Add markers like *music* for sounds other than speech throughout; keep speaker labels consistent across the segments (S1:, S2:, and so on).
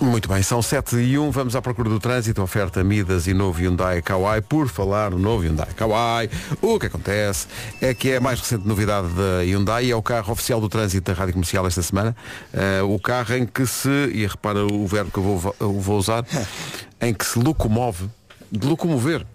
S1: Muito bem, são 7 e 1, vamos à procura do trânsito, oferta Midas e novo Hyundai Kauai. Por falar no novo Hyundai Kauai, o que acontece é que é a mais recente novidade da Hyundai e é o carro oficial do trânsito da Rádio Comercial esta semana. Eh, o carro em que se, e repara o verbo que eu vou, eu
S2: *laughs*
S1: vou usar, em que se locomove, de locomover.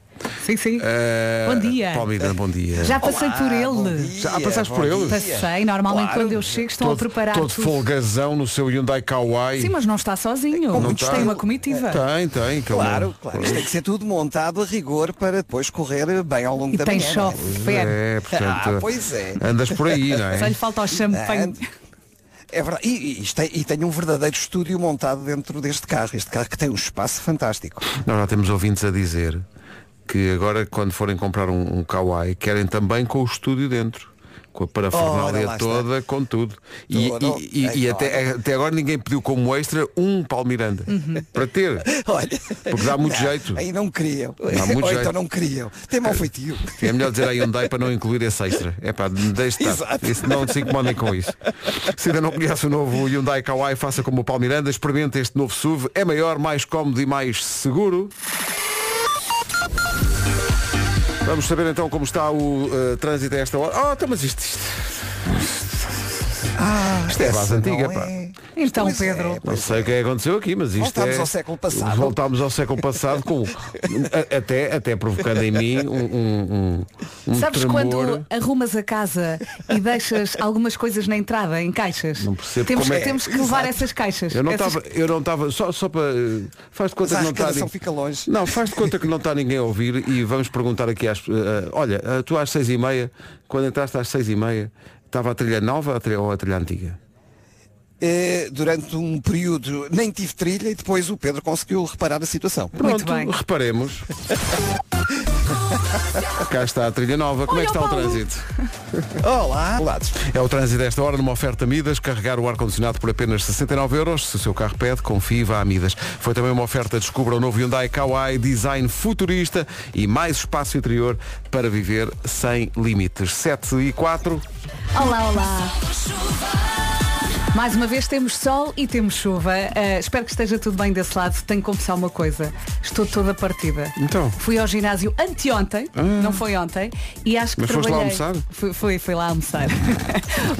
S3: Sim, sim.
S1: Eh,
S3: Bom dia.
S1: Paulo Miranda, bom dia.
S3: Já Ah, passei por ele.
S1: Já- ah, passaste por ele?
S3: Passei, normalmente quando eu chego estão a
S1: todo,
S3: preparar
S1: todo
S3: tudo.
S1: folgazão no seu Hyundai Kauai.
S3: Sim, mas não está sozinho.
S1: Não
S3: Isto
S1: está.
S3: tem uma comitiva.
S1: Tem, tem. que é ele
S2: Claro,
S1: não-
S2: claro. Isto tem que ser tudo montado a rigor para depois correr bem ao longo
S3: E
S2: da
S3: tem
S2: manhã. não é?
S3: chofer.
S1: É, portanto,
S2: Ah, pois é.
S1: andas por aí, não
S3: Só lhe
S1: é?
S3: falta o
S2: Ah,
S3: champanhe.
S2: É verdade. E, e, isto tem- e tem um verdadeiro estúdio montado dentro deste carro. Este carro que tem um espaço fantástico. *laughs*
S1: Nós já temos ouvintes a dizer que agora, quando forem comprar um, um Kauai, querem também com o estúdio dentro. Com a
S2: Ora,
S1: parafernália
S2: lá está.
S1: toda, com tudo. E,
S2: Tudo.
S1: e- e- e
S2: Ai,
S1: até, até agora ninguém pediu como extra um Palmiranda.
S2: Uhum.
S1: Para ter.
S2: Olha.
S1: Porque dá muito
S2: Não,
S1: jeito.
S2: Aí não queriam.
S1: Dá
S2: *laughs*
S1: muito
S2: Ou
S1: jeito.
S2: então não queriam. Tem mau feitio.
S1: É melhor dizer à Hyundai para não incluir esse extra. É pá, deixe estar.
S2: Exato.
S1: Isso, não se incomodem com isso. Se ainda não conhece o novo Hyundai Kauai, faça como o Palmiranda, experimente este novo SUV. É maior, mais cómodo e mais seguro. Vamos saber então como está o eh, trânsito a esta hora. Ah, então, mas isto, isto
S2: Ah,
S1: é base
S2: essa
S1: antiga,
S2: não
S1: pá.
S3: Então,
S2: Pois é,
S3: Pedro.
S1: não sei o que é que aconteceu aqui, mas isto
S2: Voltámos
S1: é...
S2: ao século passado.
S1: Voltámos ao século passado
S2: *laughs*
S1: com a- até, até provocando em mim um, um, um, um
S3: Sabes
S1: tremor.
S3: quando arrumas a casa e deixas algumas coisas na entrada, em caixas?
S1: Não percebo
S3: temos,
S1: como
S3: que,
S1: é.
S3: temos que levar essas caixas.
S1: Eu não
S3: Essas-
S1: estava, eu não estava, só, só para. eh, Faz de conta
S2: Mas a
S1: que não está.
S2: arrecadação
S1: nin-
S2: fica longe.
S1: Não, faz de conta que não está ninguém a ouvir e vamos perguntar aqui às. eh, eh, olha, eh, tu às seis e meia, quando entraste às seis e meia, estava a trilha nova a trilha- ou a trilha antiga?
S2: Eh, durante um período nem tive trilha e depois o Pedro conseguiu reparar a situação.
S3: Muito
S1: Pronto,
S3: bem.
S1: reparemos.
S2: *laughs*
S1: Cá está a trilha nova. Como é que
S3: Olha
S1: está
S3: o
S1: o
S3: Paulo.
S1: trânsito?
S2: Olá! Olá.
S1: É o trânsito desta hora numa oferta Midas. Carregar o ar-condicionado por apenas 69 euros. Se o seu carro pede, confie vá a Midas. Foi também uma oferta descubra o novo Hyundai Kauai, design futurista e mais espaço interior para viver sem limites. 7 e 4.
S3: Olá, olá. Mais uma vez temos sol e temos chuva. Ah, espero que esteja tudo bem desse lado. Tenho que confessar uma coisa. Estou toda partida.
S1: Então?
S3: Fui ao ginásio anteontem, não foi ontem, e acho que
S1: Ah. Mas foste lá
S3: trabalhei.
S1: almoçar?
S3: Fui, fui, fui lá
S1: *laughs*
S3: almoçar.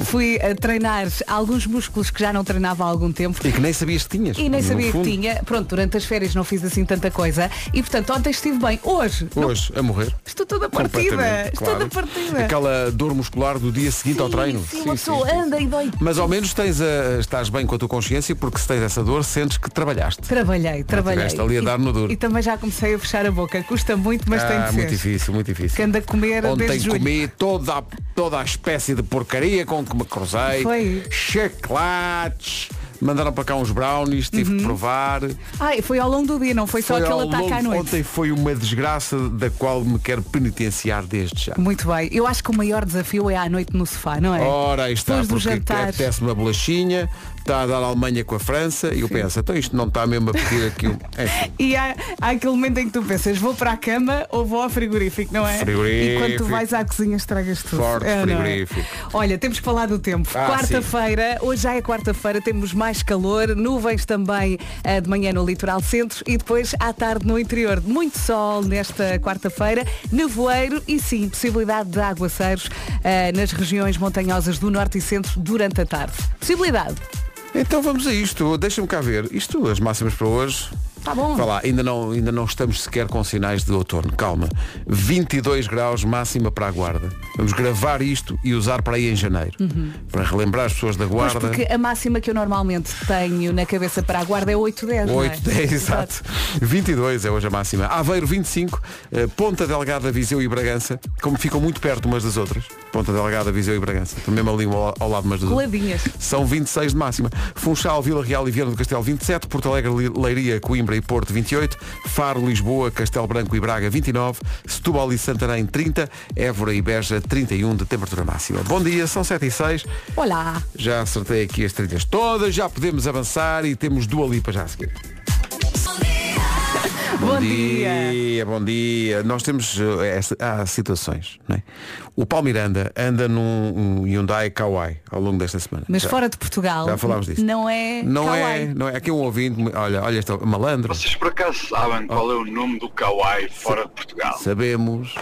S3: fui a treinar alguns músculos que já não treinava há algum tempo.
S1: E que nem sabias que tinhas.
S3: E nem
S1: no
S3: sabia que
S1: fundo.
S3: tinha. Pronto, durante as férias não fiz assim tanta coisa. E portanto, ontem estive bem. Hoje, não-
S1: Hoje, a morrer.
S3: estou toda partida.
S1: Completamente,
S3: Estou toda
S1: claro.
S3: partida.
S1: Aquela dor muscular do dia seguinte ao
S3: Sim,
S1: então treino.
S3: Sim, assim uma pessoa anda e dói.
S1: Mas ao menos tens a- estás bem com a tua consciência porque se tens essa dor sentes que trabalhaste.
S3: Trabalhei, trabalhei.
S1: tiveste ali a
S3: E-
S1: dar no duro.
S3: E, também já comecei a fechar a boca. Custa muito, mas tem
S1: ah,
S3: de ser.
S1: muito difícil, muito difícil.
S3: Que anda a comer
S1: Ontem
S3: desde julho.
S1: comi toda a, toda a espécie de porcaria com que me cruzei.
S3: Foi.
S1: Chocolates. Mandaram para cá uns brownies, tive que provar.
S3: Ai, foi ao longo do dia, não foi Uhum. só
S1: Foi ao
S3: aquele ataque à
S1: longo-
S3: noite.
S1: Ontem foi uma desgraça da qual me quero penitenciar desde já.
S3: Muito bem. Eu acho que o maior desafio é à noite no sofá, não é?
S1: Ora, aí está,
S3: Depois do
S1: porque
S3: jantar.
S1: apetece uma bolachinha, está a dar a Alemanha com a França e eu penso, então isto não está mesmo a pedir
S3: *laughs*
S1: aqui um. Enfim.
S3: E há, há aquele momento em que tu pensas, vou para a cama ou vou ao frigorífico, não é?
S1: Frigorífico.
S3: E quando tu vais à cozinha estragas tudo.
S1: Forte
S3: É, não é?
S1: frigorífico.
S3: Olha, temos que falar do tempo.
S1: Ah,
S3: quarta-feira, hoje já é quarta-feira, temos mais calor, nuvens também eh, de manhã no litoral centro e depois à tarde no interior. Muito sol nesta quarta-feira, nevoeiro e sim, possibilidade de aguaceiros eh, nas regiões montanhosas do norte e centro durante a tarde. Possibilidade.
S1: Então vamos a isto, deixa-me cá ver. Isto, as máximas para hoje.
S3: Tá bom.
S1: Vá lá, ainda não, ainda não estamos sequer com sinais de outono. Calma. 22 graus máxima para a guarda. Vamos gravar isto e usar para aí em janeiro. Para relembrar as pessoas da
S3: Uhum. Pois
S1: guarda.
S3: porque a máxima que eu normalmente tenho na cabeça para a guarda é 8, 10.
S1: 8, 10, exato. 22 é hoje a máxima. Aveiro 25, eh, Ponta Delgada, Viseu e Bragança, como ficam muito perto umas das outras. Ponta Delgada, Viseu e Bragança, estão mesmo ali ao, ao lado umas das
S3: Coladinhas.
S1: outras. São 26 de máxima. Funchal, Vila Real e Viana do Castelo 27, Porto Alegre, Li- Leiria, Coimbra e Porto 28, Faro, Lisboa, Castelo Branco e Braga 29, Setúbal e Santarém 30, Évora e Beja 31 de temperatura máxima. Bom dia, são 7 e 6.
S3: Olá.
S1: Já acertei aqui as trilhas todas, já podemos avançar e temos Dua Lipa já a seguir.
S3: Bom dia.
S1: Bom dia. Nós temos eh, esta- há situações, não é? O Paulo Miranda anda num um Hyundai Kauai ao longo desta semana.
S3: Mas
S1: Já-
S3: fora de Portugal
S1: já falámos disso.
S3: não é
S1: Não
S3: kawaii.
S1: é, não é. Aqui um ouvinte, olha, olha este malandro.
S4: Vocês por acaso sabem qual é o nome do Kawaii fora de Portugal?
S1: Sabemos.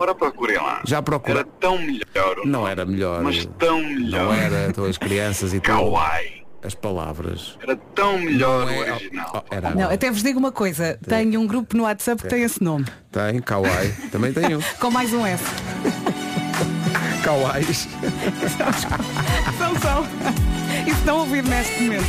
S4: Ora procurem lá.
S1: Já procurei.
S4: Era tão melhor. o
S1: Não
S4: nome,
S1: era melhor.
S4: Mas tão melhor.
S1: Não era, então, as crianças e tudo.
S4: Kawaii.
S1: As palavras.
S4: Era tão melhor
S1: Não
S4: o
S1: é-
S4: original.
S1: Oh, era.
S3: Não, é- até vos digo uma coisa, tenho um grupo no WhatsApp que tem esse nome,
S1: Tem, Kauai. Também tem um.
S3: com mais um F.
S1: *laughs* Kauais.
S3: São, são. *laughs* E se não ouvir neste momento.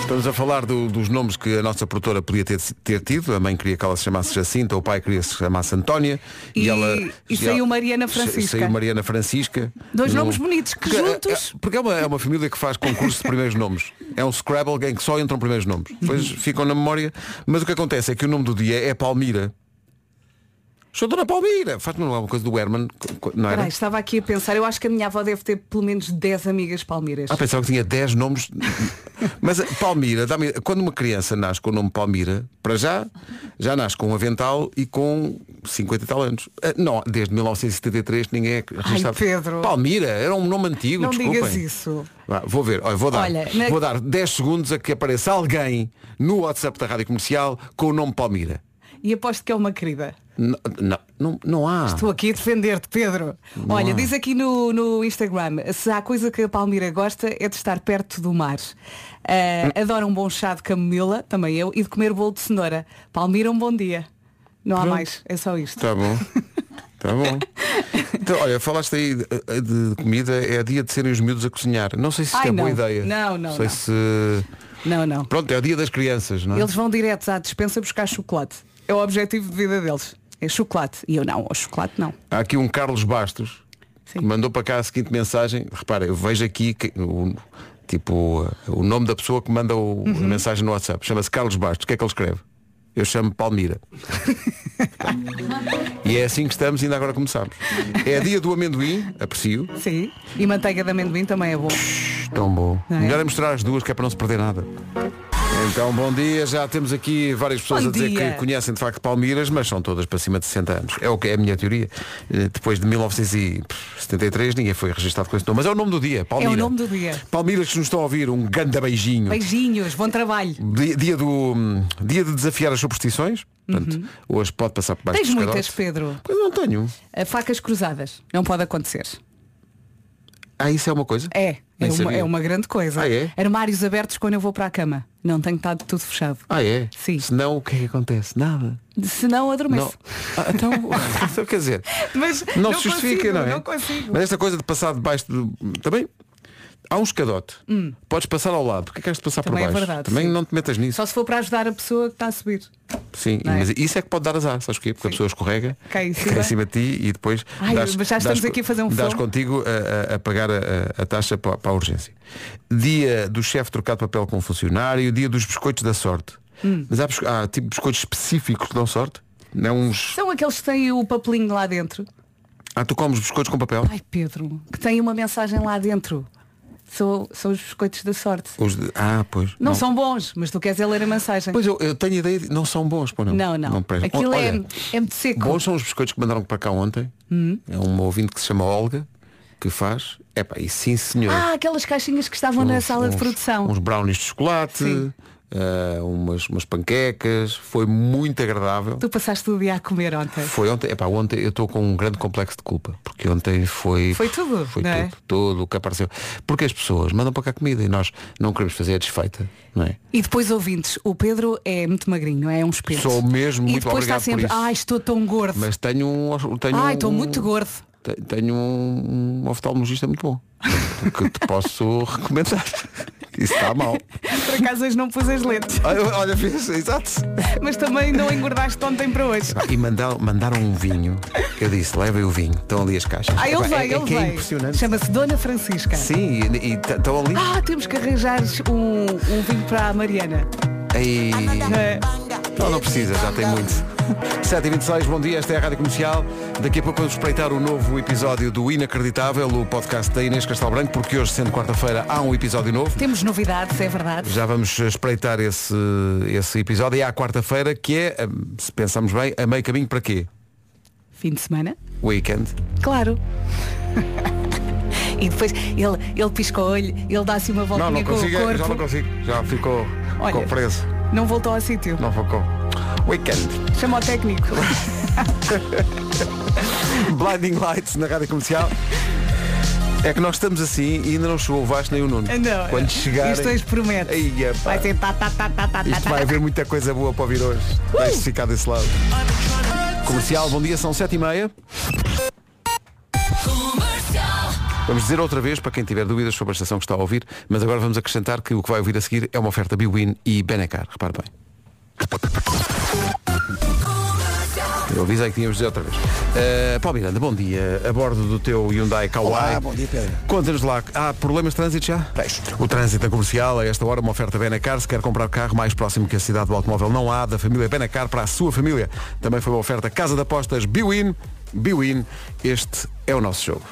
S1: Estamos a falar do- dos nomes que a nossa produtora podia ter, ter tido. A mãe queria que ela se chamasse Jacinta, o pai queria que se chamasse Antónia.
S3: E-
S1: ela,
S3: e saiu
S1: ela-
S3: Mariana
S1: sa-
S3: Francisca.
S1: Saiu Mariana Francisca.
S3: Dois nomes bonitos que
S1: Porque-
S3: juntos-
S1: é- Porque é uma, é uma família que faz concurso de primeiros nomes. É um Scrabble em que só entram primeiros nomes. Depois
S3: Uhum.
S1: ficam na memória. Mas o que acontece é que o nome do dia é Palmira. Sou Dona Palmira. Faz-me alguma coisa do Herman. co- co- Não era?
S3: Peraí, estava aqui a pensar, eu acho que a minha avó deve ter pelo menos 10 amigas palmeiras.
S1: Ah, pensava que tinha 10 nomes. *laughs* Mas a Palmira, dá-me- quando uma criança nasce com o nome Palmira, para já, já nasce com um avental e com 50 e tal anos. Ah, Não, desde 1973 ninguém é registrado.
S3: Pedro.
S1: Palmira, era um nome antigo,
S3: não
S1: desculpem.
S3: digas isso.
S1: Vá, vou ver, Olha, vou, dar,
S3: Olha, na-
S1: vou dar 10 segundos a que apareça alguém no WhatsApp da Rádio Comercial com o nome Palmira.
S3: E aposto que é uma querida.
S1: Não, não, não, não há.
S3: Estou aqui a defender-te, Pedro. Olha, diz aqui no, no Instagram, se há coisa que a Palmira gosta é de estar perto do mar. Ah, Adora um bom chá de camomila, também eu, e de comer bolo de cenoura. Palmira, um bom dia. Não há mais, é só isto.
S1: Tá bom. Tá bom. Então, olha, falaste aí de, de comida, é dia de serem os miúdos a cozinhar. Não sei se isto
S3: Ai,
S1: é boa
S3: não.
S1: ideia.
S3: Não, não,
S1: Sei
S3: não.
S1: se.
S3: Não, não.
S1: Pronto, é o dia das crianças, não é?
S3: Eles vão diretos à dispensa buscar chocolate. É o objetivo de vida deles. É chocolate. E eu não, o chocolate não.
S1: Há aqui um Carlos Bastos
S3: Sim.
S1: que mandou para cá a seguinte mensagem. Repara, eu vejo aqui que, o, tipo, o nome da pessoa que manda o- a mensagem no WhatsApp. Chama-se Carlos Bastos. O que é que ele escreve? Eu chamo Palmira. e é assim que estamos, ainda agora começamos. É dia do amendoim, aprecio.
S3: Sim. E manteiga de amendoim também é bom.
S1: Tão bom.
S3: Não é?
S1: Melhor é misturar as duas, que é para não se perder nada. Então, bom dia. Já temos aqui várias pessoas
S3: Bom
S1: a dizer
S3: dia.
S1: que conhecem de facto Palmeiras, mas são todas para cima de 60 anos. É o que é a minha teoria. Eh, Depois de 1973, ninguém foi registado com esse nome. Mas é o nome do dia, Palmira.
S3: nome do dia.
S1: Palmeiras, se nos estão a ouvir, um grande beijinho.
S3: Beijinhos, bom trabalho.
S1: Dia, dia do, hum, dia de desafiar as superstições. Portanto, hoje pode passar por baixo
S3: Uhum. Tens
S1: dos
S3: muitas,
S1: carotes.
S3: Pedro.
S1: Pois não tenho.
S3: Ah, Facas cruzadas. Não pode acontecer.
S1: Ah, isso é uma coisa?
S3: É. É
S1: Nem
S3: uma,
S1: sabia.
S3: é uma grande coisa.
S1: Ah, é?
S3: Armários abertos quando eu vou para a cama. Não tenho estado tudo fechado.
S1: Ah, é?
S3: Sim.
S1: Senão, o que é que acontece? Nada.
S3: Senão
S1: Não.
S3: adormeço.
S1: Ah, então, *laughs* então, quer dizer,
S3: *laughs* Mas
S1: não,
S3: não
S1: se justifica,
S3: consigo,
S1: não é?
S3: não consigo.
S1: Mas esta coisa de passar debaixo do. Também há um escadote. Podes passar ao lado. Porque é que has de passar
S3: Hum. Também é
S1: por baixo?
S3: verdade,
S1: Também
S3: sim.
S1: não te metas nisso.
S3: Só se for para ajudar a pessoa que está a subir.
S1: Sim,
S3: Não é?
S1: mas isso é que pode dar azar, sabes porquê? Porque a pessoa escorrega,
S3: Cai em cima.
S1: de ti e depois
S3: Ai, mas já estamos
S1: co-
S3: aqui a fazer um
S1: dás
S3: filme.
S1: contigo a, a- a pagar a, a- a taxa para, para a urgência. Dia do chefe trocado papel com um funcionário, dia dos biscoitos da sorte.
S3: Hum.
S1: Mas há, bisco- há tipo biscoitos específicos que dão sorte? Não uns.
S3: São aqueles que têm o papelinho lá dentro.
S1: Ah, tu comes biscoitos com papel?
S3: Ai, Pedro, que tem uma mensagem lá dentro. São, são os biscoitos da sorte.
S1: Os de- Ah, pois.
S3: Não, são bons, mas tu queres é ler a mensagem.
S1: Pois eu, eu tenho ideia de. Não são bons, pô, não.
S3: não, não.
S1: prestam.
S3: Aquilo é, Hum.
S1: Olha,
S3: é muito seco.
S1: Bons são os biscoitos que mandaram para cá ontem. É um ouvinte que se chama Olga, que faz. É pá, e sim senhor.
S3: Ah, aquelas caixinhas que estavam na
S1: Uns-
S3: sala de
S1: uns-
S3: produção.
S1: Uns brownies de chocolate,
S3: Sim.
S1: ah, umas, umas panquecas. Foi muito agradável.
S3: Tu passaste o dia a comer ontem.
S1: Foi ontem, epá, ontem eu estou com um grande complexo de culpa, porque ontem foi.
S3: Foi tudo,
S1: Foi
S3: não é?
S1: tudo, tudo o que apareceu. Porque as pessoas mandam para cá comida e nós não queremos fazer a desfeita, não é?
S3: E depois ouvintes, o Pedro é muito magrinho, não é? É um espeto.
S1: Sou mesmo,
S3: e
S1: muito
S3: depois
S1: obrigado
S3: está
S1: por
S3: sempre,
S1: isso.
S3: ai, estou tão gordo.
S1: Mas tenho um. Tenho
S3: ai, estou
S1: um-
S3: muito gordo.
S1: Te- Tenho um, um oftalmologista muito bom que te posso recomendar. Isso está mal.
S3: Por acaso hoje não pus as letras.
S1: Olha, olha fez, exato.
S3: Mas também não engordaste ontem para hoje.
S1: Pá, Ah, E mandar, mandaram um vinho. Eu disse, levem o vinho. Estão ali as caixas.
S3: Ah, ele
S1: Epá, é,
S3: veio,
S1: é
S3: ele
S1: que é
S3: veio.
S1: impressionante.
S3: Chama-se Dona Francisca.
S1: Sim, e- e t- estão ali.
S3: Ah, temos que arranjar um, um vinho para a Mariana.
S1: Ei,
S3: É,
S1: Não, não precisa, já tem muito. 7h26, bom dia, esta é a Rádio Comercial. Daqui a pouco vamos espreitar o novo episódio do Inacreditável, o podcast da Inês Castelo Branco, porque hoje, sendo quarta-feira, há um episódio novo.
S3: Temos novidades, é verdade.
S1: Já vamos espreitar esse, esse episódio. E há a quarta-feira, que é, hum, se pensarmos bem, a meio caminho para quê?
S3: Fim de semana?
S1: Weekend.
S3: Claro. *laughs* e depois ele, ele pisca o olho, ele dá-se uma voltinha
S1: Não, não
S3: com
S1: consigo,
S3: o corpo.
S1: já não consigo. Já ficou,
S3: Olha.
S1: ficou preso.
S3: Não voltou ao sítio.
S1: Não focou. Weekend.
S3: Chama o técnico.
S1: *laughs* Blinding Lights na Rádio Comercial. É que nós estamos assim e ainda não chegou o Vasco nem o Nuno.
S3: Não.
S1: Quando chegar.
S3: Isto é hoje promete.
S1: Ai, é epá.
S3: Vai ser tá, tá, tá, tá, tá, tá,
S1: Isto
S3: tá.
S1: vai haver muita coisa boa para ouvir hoje. Deixe-se ficar desse lado. Comercial, bom dia, são 7h30. Vamos dizer outra vez, para quem tiver dúvidas sobre a estação que está a ouvir, mas agora vamos acrescentar que o que vai ouvir a seguir é uma oferta Biwin e Benecar. Repare bem. Eu avisei que tínhamos de dizer outra vez. Uh, Paulo Miranda, bom dia. A bordo do teu Hyundai Kauai.
S2: Olá, bom dia, Pedro.
S1: Conta-nos lá, há problemas de trânsito já?
S2: Tens.
S1: O trânsito na comercial, a esta hora, uma oferta Benacar. Se quer comprar carro mais próximo que a cidade do automóvel, não há, da família Benacar para a sua família. Também foi uma oferta Casa de Apostas Biwin. Biwin, este é o nosso jogo.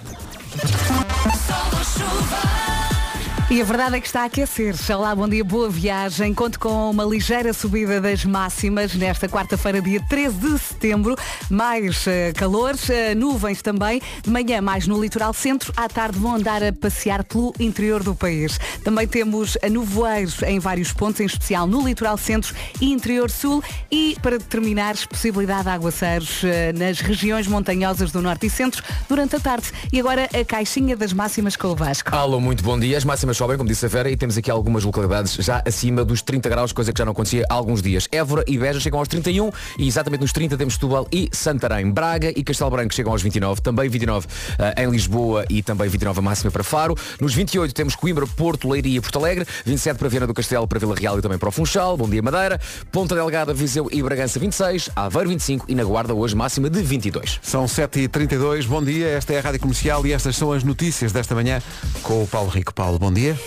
S3: E a verdade é que está a aquecer. Olá, bom dia, boa viagem. Conto com uma ligeira subida das máximas nesta quarta-feira, dia 13 de setembro. Mais eh, calores, eh, nuvens também. De manhã, mais no litoral centro. À tarde, vão andar a passear pelo interior do país. Também temos eh, nevoeiros em vários pontos, em especial no litoral centro e interior sul. E, para terminar, possibilidade de aguaceiros eh, nas regiões montanhosas do norte e centro durante a tarde. E agora, a caixinha das máximas com o Vasco.
S5: Alô, muito bom dia. As máximas sobem, como disse a Vera, e temos aqui algumas localidades já acima dos 30 graus, coisa que já não acontecia há alguns dias. Évora e Beja chegam aos 31 e exatamente nos 30 temos Setúbal e Santarém. Braga e Castelo Branco chegam aos 29, também 29 eh, em Lisboa e também 29 a máxima para Faro. Nos 28 temos Coimbra, Porto, Leiria e Porto Alegre, 27 para Viana do Castelo, para Vila Real e também para o Funchal. Bom dia Madeira, Ponta Delgada, Viseu e Bragança 26, Aveiro 25 e na Guarda hoje máxima de 22.
S1: São 7h32, bom dia, esta é a Rádio Comercial e estas são as notícias desta manhã com o Paulo Rico. Paulo, bom dia.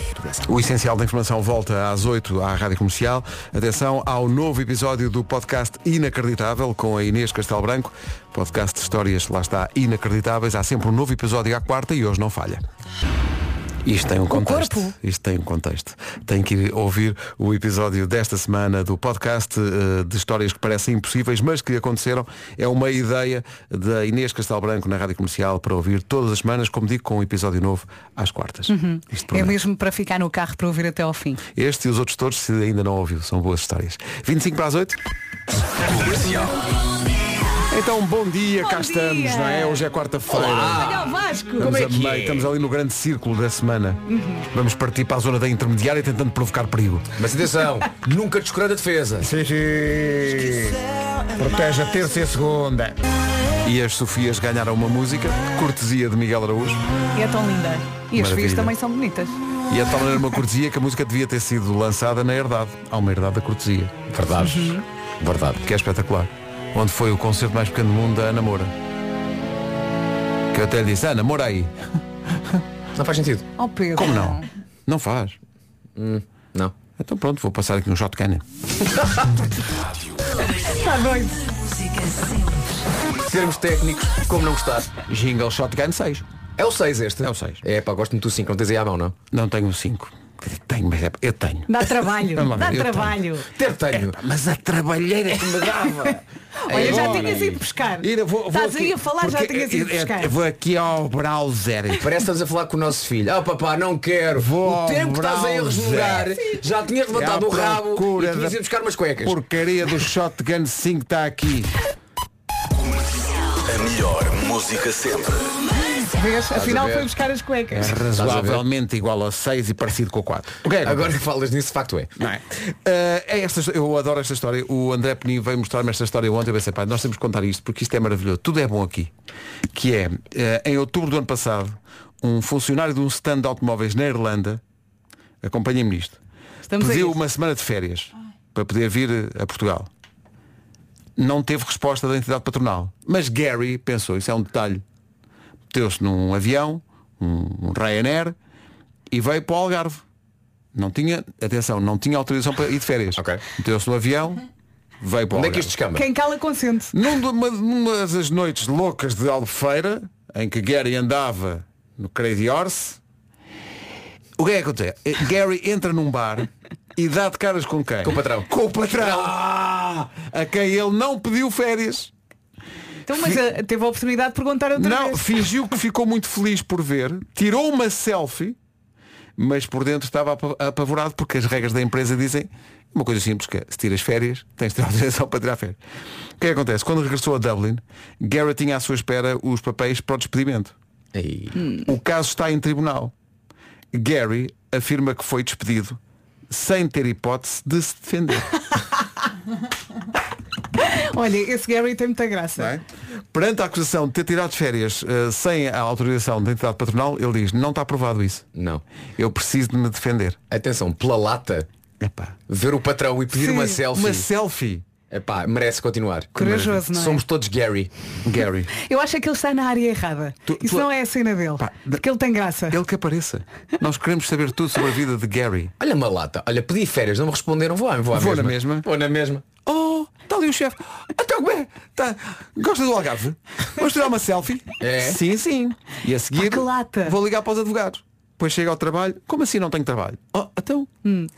S1: O Essencial da Informação volta às 8 à Rádio Comercial. Atenção ao novo episódio do podcast Inacreditável com a Inês Castelo Branco. Podcast de histórias, lá está, inacreditáveis. Há sempre um novo episódio à quarta e hoje não falha. Isto tem um contexto.
S3: corpo?
S1: Isto tem um contexto. Tem que ir ouvir o episódio desta semana do podcast eh, de histórias que parecem impossíveis, mas que aconteceram. É uma ideia da Inês Castelo Branco na Rádio Comercial para ouvir todas as semanas, como digo, com um episódio novo às quartas. Isto
S3: É
S1: promete.
S3: mesmo para ficar no carro para ouvir até ao fim.
S1: Este e os outros todos, se ainda não ouviu, são boas histórias. 25 para as 8. Então, bom dia,
S3: Bom
S1: cá
S3: dia.
S1: estamos, não é? Hoje é quarta-feira.
S3: Olha o Vasco! é
S1: Estamos, a meio- estamos ali no grande círculo da semana. Vamos partir para a zona da intermediária tentando provocar perigo.
S5: Mas
S1: *laughs*
S5: atenção, nunca descurando a defesa.
S1: Sim, Protege a terça e a segunda. E as Sofias ganharam uma música, cortesia de Miguel Araújo.
S3: E é tão linda. E as filhas
S1: Maravilha.
S3: também são bonitas.
S1: E a tal era uma cortesia que a música devia ter sido lançada na herdade. Há uma herdade da cortesia,
S5: Verdade. Verdade.
S1: que é espetacular. Onde foi o concerto mais pequeno do mundo da Ana Moura. Que eu até lhe disse, Ana, mora aí.
S5: Não faz sentido.
S3: Oh Pedro.
S1: Como não? Não faz.
S5: Não.
S1: Então pronto, vou passar aqui um shotgun.
S3: Está doido.
S5: Sermos técnicos, como não gostar.
S1: Jingle shotgun 6.
S5: É o 6 este?
S1: É o seis.
S5: É pá, gosto muito do 5, não tens aí à mão, não?
S1: Não tenho 5. Tenho, mas é, eu tenho.
S3: Dá trabalho.
S1: Vamos lá
S3: Dá
S1: ver, eu
S3: trabalho.
S5: Ter tenho.
S1: Epá, mas a trabalheira que me
S5: *laughs*
S1: dava. É
S3: Olha, já
S1: Agora.
S3: tinhas ido pescar.
S1: Ir, eu vou- vou
S3: Estás
S1: aqui-
S3: aí a falar, já
S1: porque
S3: tinhas
S1: eu-
S3: ido
S1: eu-
S3: pescar.
S1: eu Vou aqui
S5: *laughs*
S1: ao browser.
S5: Parece que estamos a falar com o nosso filho. Ah papá, não quero.
S1: Vou
S5: o tempo que estás aí a
S1: browser.
S5: resmungar, já tinhas levantado
S1: É
S5: o rabo e tinhas ido buscar umas cuecas.
S1: Porcaria do Shotgun 5 está tá aqui.
S6: A melhor música sempre.
S3: Vês? Afinal
S5: ver?
S3: foi buscar as
S1: É.
S3: cuecas.
S1: Razoavelmente igual ao 6 e parecido com o 4. O que é que
S5: Agora que falas nisso, de facto é.
S1: Não é? Eh, é esta, eu adoro esta história. O André Penin veio mostrar-me esta história ontem. Eu pensei, pá, nós temos que contar isto porque isto é maravilhoso. Tudo é bom aqui. Que é, eh, em outubro do ano passado, um funcionário de um stand de automóveis na Irlanda, acompanhem-me nisto,
S3: Estamos aí.
S1: pediu uma semana de férias para poder vir eh, a Portugal. Não teve resposta da entidade patronal. Mas Gary pensou, isso é um detalhe. Meteu-se num avião, um um Ryanair, e veio para o Algarve. Não tinha, atenção, não tinha autorização para ir de férias.
S5: Ok.
S1: Meteu-se no avião, veio para o
S5: Onde é que
S1: Algarve.
S5: isto descamba?
S3: Quem cala consente.
S1: Num de- uma- Numa das noites loucas de Albufeira, em que Gary andava no Crazy Horse, o que é que acontece? Eh, Gary entra num bar e dá de caras com quem?
S5: Com o patrão.
S1: Com o patrão! Ah, a quem ele não pediu férias.
S3: Então, mas ah, teve a oportunidade de perguntar outra
S1: não,
S3: vez.
S1: fingiu que ficou muito feliz por ver, tirou uma selfie, mas por dentro estava apa- apavorado porque as regras da empresa dizem uma coisa simples que é, se tiras férias, tens de ter autorização para tirar férias. O que é que acontece? Quando regressou a Dublin, Garrett tinha à sua espera os papéis para o despedimento.
S5: Ei.
S3: Hum.
S1: O caso está em tribunal. Gary afirma que foi despedido sem ter hipótese de se defender.
S3: Olha, esse Gary tem muita graça. *laughs*
S1: não é? Perante a acusação de ter tirado férias eh, sem a autorização da entidade patronal, ele diz, não está aprovado isso.
S5: Não.
S1: Eu preciso de me defender.
S5: Atenção, pela lata,
S1: Epá.
S5: ver o patrão e pedir
S3: Sim,
S5: uma selfie.
S1: Uma selfie,
S5: Epá, merece continuar.
S3: Corajoso, não é?
S5: Somos todos Gary.
S1: Gary.
S3: Eu acho é que ele está na área errada.
S1: Tu-
S3: Isso
S1: tu-
S3: não é a cena dele.
S1: Pá, de-
S3: Porque ele tem graça.
S1: Ele que apareça. Nós queremos saber tudo sobre a vida de Gary.
S5: Olha uma lata. Olha, pedi férias, não me responderam, vou, à- vou, à
S1: Vou na
S5: mesma.
S1: mesma.
S5: Vou na mesma.
S1: Oh, está ali o chefe. Até como é? Tá. Gosta do Algarve? Vamos tirar uma selfie?
S5: É?
S1: Sim, sim. E a seguir
S3: Pá, que lata.
S1: vou ligar para os advogados. Depois chega ao trabalho. Como assim não tenho trabalho? Oh, então.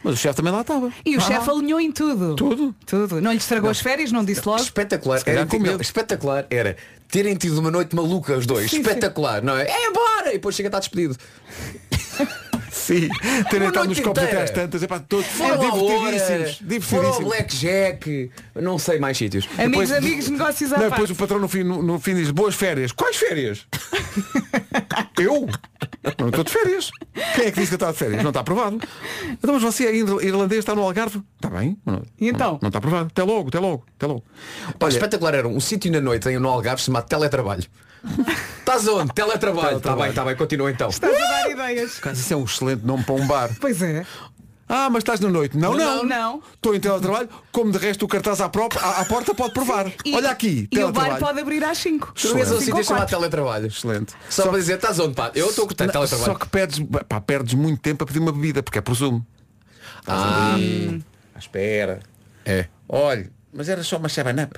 S1: Mas o chefe também lá estava.
S3: E o
S1: Ah,
S3: chefe alinhou em tudo.
S1: Tudo.
S3: Tudo. Não lhe estragou as férias, não disse logo.
S5: Espetacular.
S1: Se calhar
S5: Era
S1: com
S5: ter- não,
S1: medo.
S5: espetacular era terem tido uma noite maluca os dois. Espetacular, não é? É embora! E depois chega a estar despedido.
S1: Sim. Ter
S5: Uma
S1: entrado nos
S5: noite
S1: copos até
S5: inteira.
S1: às tantas. Epá, todos
S5: Foram à hora,
S1: divertidíssimos.
S5: foram ao
S1: Divertidíssimos.
S5: blackjack, não sei mais sítios.
S3: Amigos,
S1: Depois-
S3: amigos, negócios à
S1: Não,
S3: parte.
S1: depois o patrão no fim, no, no fim diz boas férias. Quais férias? *laughs* eu? Não estou de férias. Quem é que disse que eu estava de férias? Não está aprovado. Então, mas você é irl- irlandês, está no Algarve? Está bem. mas não-
S3: E então?
S1: Não, está aprovado. Até logo, até logo, até logo.
S5: Pá, espetacular era um sítio na noite em no Algarve chamado Teletrabalho. Estás onde? Teletrabalho. Está bem, está bem, continua então.
S3: Estás a dar ideias.
S1: Caso isso é um excelente nome para um bar.
S3: Pois é.
S1: Ah, mas estás na noite. Não, não.
S3: Não, não.
S1: Estou em teletrabalho, como de resto o cartaz à, própria, à, à porta pode provar.
S3: E-
S1: Olha aqui,
S3: E o bar
S1: teletrabalho.
S3: pode abrir às 5.
S5: Tu és um sítio chamado
S3: Mas
S5: Teletrabalho.
S1: Excelente.
S5: Só, para dizer, estás onde? Pá, eu estou a cortar
S1: Só
S5: teletrabalho.
S1: que perdes, pá, perdes muito tempo a pedir uma bebida, porque é por Zoom.
S5: Ah,
S1: À espera.
S5: é.
S1: Olha, mas era só uma 7-up.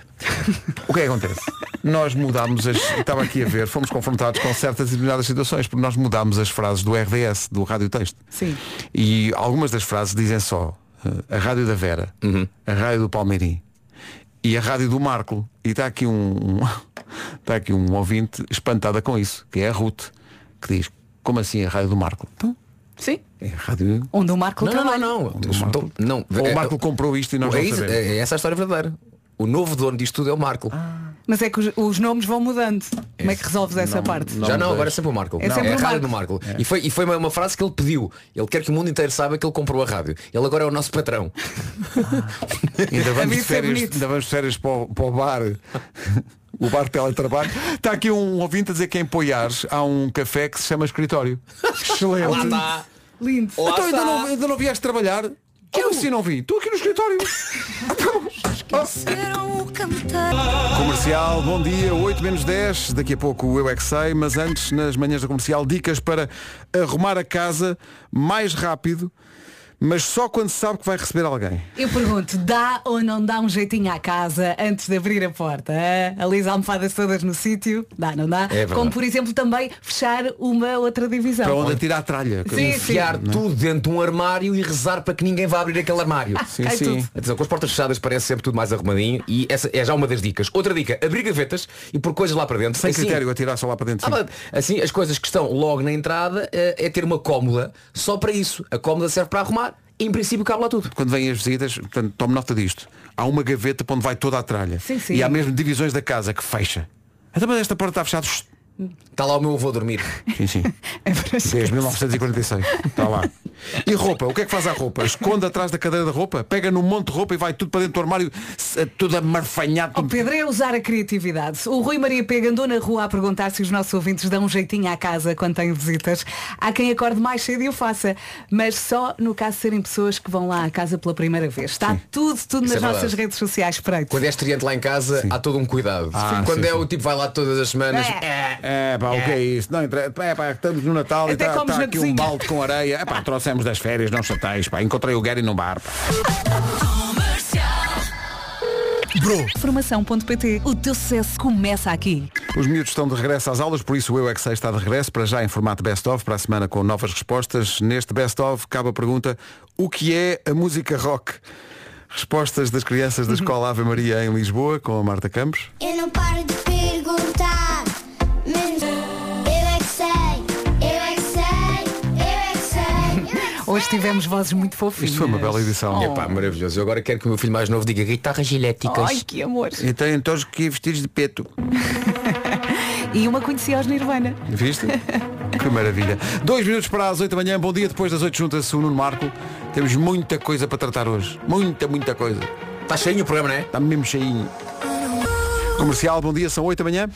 S1: o que é que acontece? Nós mudámos as. Estava aqui a ver, fomos confrontados com certas e determinadas situações, porque nós mudámos as frases do RDS, do Rádio Texto.
S3: Sim.
S1: E algumas das frases dizem só eh, a Rádio da Vera,
S5: Uhum.
S1: a Rádio do Palmeirim e a Rádio do Marco. E está aqui um. *laughs* Está aqui um ouvinte espantada com isso, que é a Ruth, que diz, como assim a Rádio do Marco? Então,
S3: Sim.
S1: é a Rádio.
S3: Onde o Marco
S5: Não, não,
S3: trabalha.
S5: não, não.
S1: O Marco,
S5: Não,
S1: ou
S5: é-
S1: o Marco comprou isto e nós
S5: é
S1: não
S5: isso-
S1: sabemos.
S5: é essa a história verdadeira. O novo dono disto tudo é o Marco.
S3: Mas é que os, os nomes vão mudando. Como é que resolves essa parte?
S5: Já não,
S1: deixa.
S5: agora é sempre o Marco.
S3: É sempre
S5: a
S3: o
S5: rádio
S3: Marco.
S5: do Marco. E foi, e foi uma, uma frase que ele pediu. Ele quer que o mundo inteiro saiba que ele comprou a rádio. Ele agora é o nosso patrão.
S1: Ainda vamos,
S3: Também
S1: de
S3: isso é
S1: férias,
S3: bonito.
S1: ainda vamos de férias para o, para o bar. O bar de teletrabalho. Está aqui um ouvinte a dizer que em Poiares há um café que se chama escritório. Excelente.
S5: Lá está.
S3: Lindo.
S5: Lá
S1: Então ainda
S5: está.
S1: não, ainda não vieste trabalhar? Como assim não vi? Estou aqui no escritório. Então, oh. Comercial, bom dia, 8 menos 10, daqui a pouco o Eu é que sei, mas antes, nas manhãs da comercial, dicas para arrumar a casa mais rápido, mas só quando se sabe que vai receber alguém.
S3: Eu pergunto, dá ou não dá um jeitinho à casa antes de abrir a porta? hã? Ali as almofadas todas no sítio? Dá, não
S1: É
S3: dá?
S5: verdade.
S3: Como por exemplo também fechar uma outra
S5: Tá
S3: divisão.
S1: Para onde atirar a tralha.
S3: *laughs* Sim,
S5: Enfiar
S1: é?
S5: tudo dentro de um armário e rezar para que ninguém vá abrir aquele armário.
S1: Ah, Sim,
S3: Cai
S1: sim.
S3: tudo.
S5: Atenção, com as portas fechadas parece sempre tudo mais arrumadinho e essa é já uma das dicas. Outra dica, abrir gavetas e pôr coisas lá para dentro.
S1: Sem
S5: Assim-
S1: critério, atirar só lá para dentro.
S5: Ah,
S1: sim.
S5: mas, assim, as coisas que estão logo na entrada eh, é ter uma cómoda só para isso. A cómoda serve para arrumar e em princípio cabe lá tudo.
S1: Quando vêm as visitas, portanto, tome nota disto. Há uma gaveta para onde vai toda a tralha.
S3: Sim, sim.
S1: E há mesmo divisões da casa que fecha. Até mas esta porta está fechada. Shhh.
S5: Está Tá lá o meu avô a dormir.
S1: Sim, sim.
S3: É para
S1: Desde 1946. Está lá. E roupa? O que é que faz a roupa? Esconde atrás da cadeira da roupa? Pega num monte de roupa e vai tudo para dentro do armário, se- tudo amarfanhado.
S3: O Pedro é usar a criatividade. O Rui Maria Pega andou na rua a perguntar se os nossos ouvintes dão um jeitinho à casa quando têm visitas. Há quem acorde mais cedo e o faça, mas só no caso de serem pessoas que vão lá à casa pela primeira vez. Está tudo, tudo
S5: Isso
S3: nas
S5: é verdade.
S3: nossas redes sociais. Preto.
S5: Quando é estreante lá em casa, há todo um cuidado.
S1: Ah,
S5: Quando
S1: sim,
S5: é o tipo vai lá todas as semanas.
S3: É.
S5: é.
S1: É pá, o que é isso? Não interessa. É pá, estamos no Natal e
S3: Até
S1: está
S3: comes
S1: tá
S3: na
S1: aqui um
S3: cozinha.
S1: balde com areia. É pá, trouxemos das férias, não chateis. Pá, encontrei o Gary num bar. pá. Bro!
S3: Formação.pt. O teu sucesso começa aqui.
S1: Os miúdos estão de regresso às aulas, por isso o Eu É Que Sei está de regresso, para já em formato best-of, para a semana com novas respostas. Neste best-of, cabe a pergunta, o que é a música rock? Respostas das crianças da Escola Ave Maria em Lisboa, com a Marta Campos.
S7: Eu não paro de perguntar, mas eu é que sei, eu é que sei, eu é que sei. eu é que
S3: Hoje
S7: sei.
S3: tivemos vozes muito fofinhas.
S1: Isto foi uma bela edição.
S3: Oh.
S5: Epá, maravilhoso. Eu agora quero que o meu filho mais novo diga guitarras elétricas.
S3: Ai, que amor.
S1: E têm todos que vestidos de peto.
S3: E uma conhecia os Nirvana.
S1: Viste? que maravilha. Dois minutos para as oito da manhã. Bom dia. Depois das oito junta-se o Nuno Marco. Temos muita coisa para tratar hoje. Muita, muita coisa.
S5: Está cheinho o programa, não é?
S1: Está Tá mesmo cheinho. Comercial, bom dia. São oito da manhã.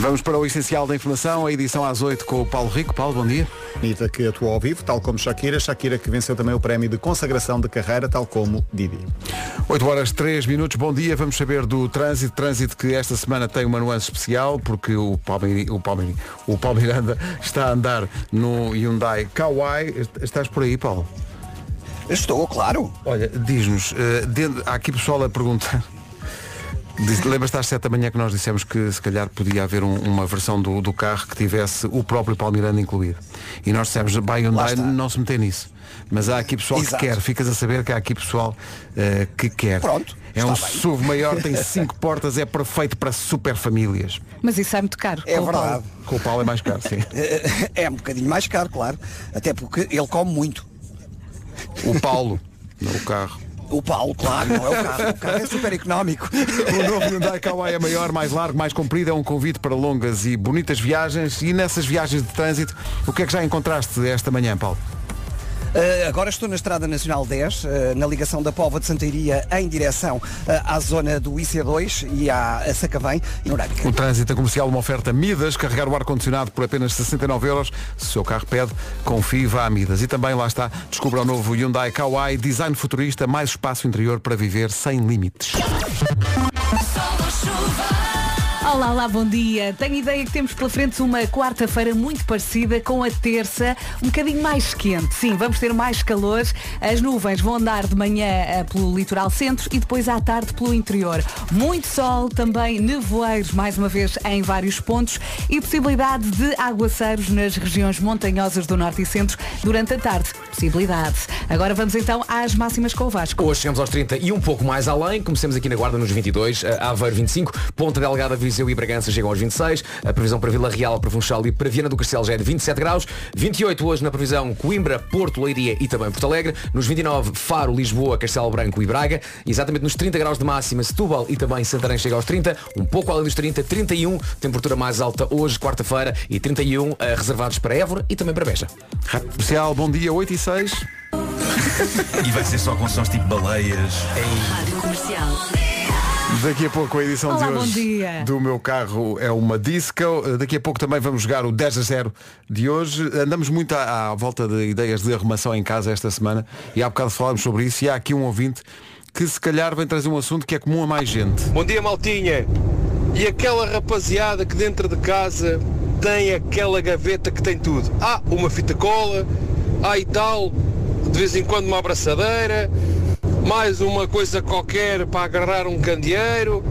S1: Vamos para o essencial da informação, a edição às oito com o Paulo Rico. Paulo, bom dia.
S8: Anitta que atuou ao vivo, tal como Shakira, Shakira que venceu também o prémio de consagração de carreira, tal como Didi.
S1: 8 horas 3 minutos, bom dia, vamos saber do trânsito, trânsito que esta semana tem uma nuance especial, porque o Palmeiri, o Palmeiri, o Paulo Miranda *laughs* está a andar no Hyundai Kauai, estás por aí Paulo?
S2: Estou, claro.
S1: Olha, diz-nos, eh, dentro- há aqui pessoal a perguntar, *laughs* Diz- lembras-te às 7 da manhã que nós dissemos que se calhar podia haver um- uma versão do, do carro que tivesse o próprio Paulo Miranda incluído, e nós dissemos, vai Hyundai,
S2: está.
S1: não se meter nisso. Mas há aqui pessoal
S2: Exato.
S1: que quer, ficas a saber que há aqui pessoal eh, que quer.
S2: Pronto,
S1: É
S2: está
S1: um
S2: bem.
S1: SUV maior,
S2: *laughs*
S1: tem cinco portas, é perfeito para super famílias.
S3: Mas isso sai muito caro.
S2: É
S3: com o Paulo.
S2: verdade.
S1: Com o Paulo é mais caro,
S2: *laughs*
S1: sim.
S2: É um bocadinho mais caro, claro. Até porque ele come muito.
S1: O Paulo, não o carro.
S2: O Paulo, claro, não é o carro. O carro é super económico. *laughs*
S1: O novo Hyundai Kauai é maior, mais largo, mais comprido, é um convite para longas e bonitas viagens. E nessas viagens de trânsito, o que é que já encontraste esta manhã, Paulo?
S2: Uh, agora estou na Estrada Nacional 10, uh, na ligação da Póvoa de Santa Iria em direção uh, à zona do IC2 e à a Sacavém, em Urânica.
S1: O Um trânsito comercial, uma oferta Midas, carregar o ar-condicionado por apenas 69 euros. Se o seu carro pede, confie, vá a Midas. E também lá está, descubra o novo Hyundai Kauai, design futurista, mais espaço interior para viver sem limites.
S3: Olá, olá, bom dia. Tenho ideia que temos pela frente uma quarta-feira muito parecida com a terça, um bocadinho mais quente. Sim, vamos ter mais calor. As nuvens vão andar de manhã eh, pelo litoral centro e depois à tarde pelo interior. Muito sol, também nevoeiros, mais uma vez, em vários pontos e possibilidade de aguaceiros nas regiões montanhosas do norte e centro durante a tarde. Possibilidade. Agora vamos então às máximas com o Vasco.
S5: Hoje chegamos aos 30 e um pouco mais além. Comecemos aqui na Guarda nos 22, a eh, Aveiro 25, Ponta Delgada, Viseu e Bragança chegam aos 26. A previsão para Vila Real, para Funchal e para Viana do Castelo já é de 27 graus. 28 hoje na previsão Coimbra, Porto, Leiria e também Porto Alegre. Nos 29, Faro, Lisboa, Castelo Branco e Braga. Exatamente nos 30 graus de máxima, Setúbal e também Santarém chega aos 30. Um pouco além dos 30, 31, temperatura mais alta hoje, quarta-feira, e 31 eh, reservados para Évora e também para Beja.
S1: Rádio Comercial, bom dia, 8 e 6.
S6: E vai ser só com sons tipo baleias.
S1: Daqui a pouco a edição
S3: Olá,
S1: de
S3: bom
S1: hoje
S3: dia.
S1: do meu carro é uma disco. Uh, Daqui a pouco também vamos jogar o 10 a 0 de hoje. Andamos muito à, à volta de ideias de arrumação em casa esta semana e há bocado falámos sobre isso e há aqui um ouvinte que se calhar vem trazer um assunto que é comum a mais gente.
S9: Bom dia, Maltinha. E aquela rapaziada que dentro de casa tem aquela gaveta que tem tudo. Há uma fita cola, há e tal, de vez em quando uma abraçadeira, mais uma coisa qualquer para agarrar um candeeiro.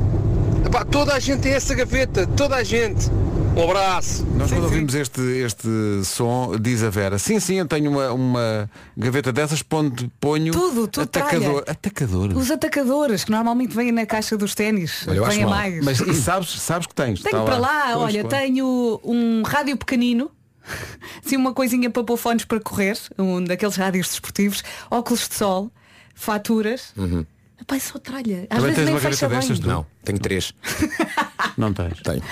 S9: Epá, toda a gente tem essa gaveta, toda a gente. Um abraço.
S1: Nós quando ouvimos este, este som, diz a Vera, sim, sim, eu tenho uma, uma gaveta dessas, ponto, ponho
S3: Tudo, tudo
S1: atacador.
S3: tralha.
S1: atacador.
S3: Os atacadores, que normalmente vêm na caixa dos ténis.
S5: Olha, eu acho
S3: Vêm a
S5: mal.
S3: mais. *laughs*
S1: Mas e sabes, sabes que tens?
S3: Tenho
S1: Tá
S3: para lá,
S1: Pois,
S3: olha,
S1: claro.
S3: tenho um rádio pequenino. *laughs* Sim, uma coisinha para pôr fones para correr, um daqueles rádios desportivos, óculos de sol, faturas. Pai, só tralha. Às
S1: Uhum. Também tens
S3: vezes nem
S1: uma gaveta
S3: fecha bem.
S1: dessas, tu?
S5: Não, tenho três.
S1: Não tens.
S5: Tenho.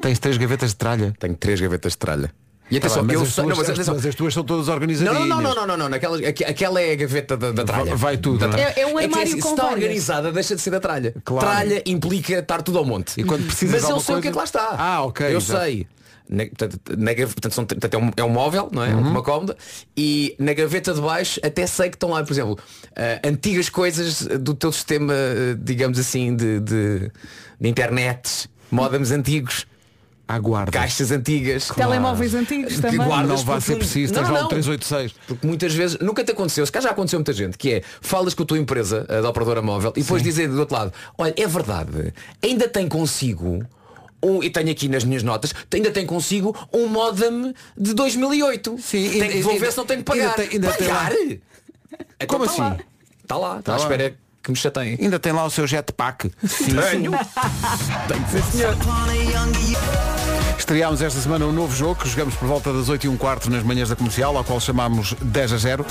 S1: Tens três gavetas de tralha.
S5: Tenho três gavetas de tralha. E
S1: Tá
S5: atenção,
S1: bem, mas
S5: eu
S1: as
S5: sei-
S1: tuas-
S5: não, mas
S1: as-
S5: atenção,
S1: mas as tuas são todas
S5: Não,
S1: organizadinhas.
S5: não, não, não, não, não, não, não. Aquela, aqu- aquela é a gaveta da, da tralha.
S1: Vai tudo,
S5: Da
S1: não é?
S5: tralha.
S3: É- é um
S5: que
S3: armário
S5: assim,
S3: com
S5: Se está
S3: várias.
S5: organizada, deixa de ser da tralha.
S1: Claro.
S5: Tralha implica estar tudo ao monte.
S1: E quando precisas
S5: Mas
S1: de
S5: eu sei
S1: alguma
S5: o que é que lá
S1: coisa-
S5: está.
S1: Ah, ok,
S5: Eu
S1: exato.
S5: sei. Na, portanto, na gav- portanto, são- portanto, é, um, é um móvel, não é?
S1: Uhum.
S5: Uma cómoda. E na gaveta de baixo até sei que estão lá, por exemplo, ah, antigas coisas do teu sistema, eh, ah, digamos assim, de, de, de internet, modems antigos.
S1: Aguarda.
S5: Caixas antigas.
S3: Telemóveis antigos também.
S5: Guarda.
S1: Não
S5: Guardas,
S1: vai
S5: porque
S1: ser
S5: um-
S1: preciso, tens
S5: Não,
S1: lá um
S5: não.
S1: 386.
S5: Porque muitas vezes, nunca te aconteceu, se cá já aconteceu a muita gente, que é, falas com a tua empresa, a da operadora móvel, e depois dizem do outro lado, olha, é verdade, ainda tem consigo, um, e tenho aqui nas minhas notas, ainda tem consigo um modem de 2008.
S1: Sim,
S5: tem
S1: ainda-
S5: que devolver
S1: ainda-
S5: se não tenho que
S1: ainda
S5: pagar.
S1: tem- ainda tem lá.
S5: pagar? Então
S1: Como
S5: tá
S1: assim?
S5: lá. Está lá, está à
S1: lá.
S5: espera que me chateiem.
S1: Ainda tem lá o seu
S5: *laughs*
S1: jetpack.
S5: Tenho.
S1: Estreámos esta semana um novo jogo que jogamos por volta das 8 e um quarto nas manhãs da comercial, ao qual chamámos 10 a 0.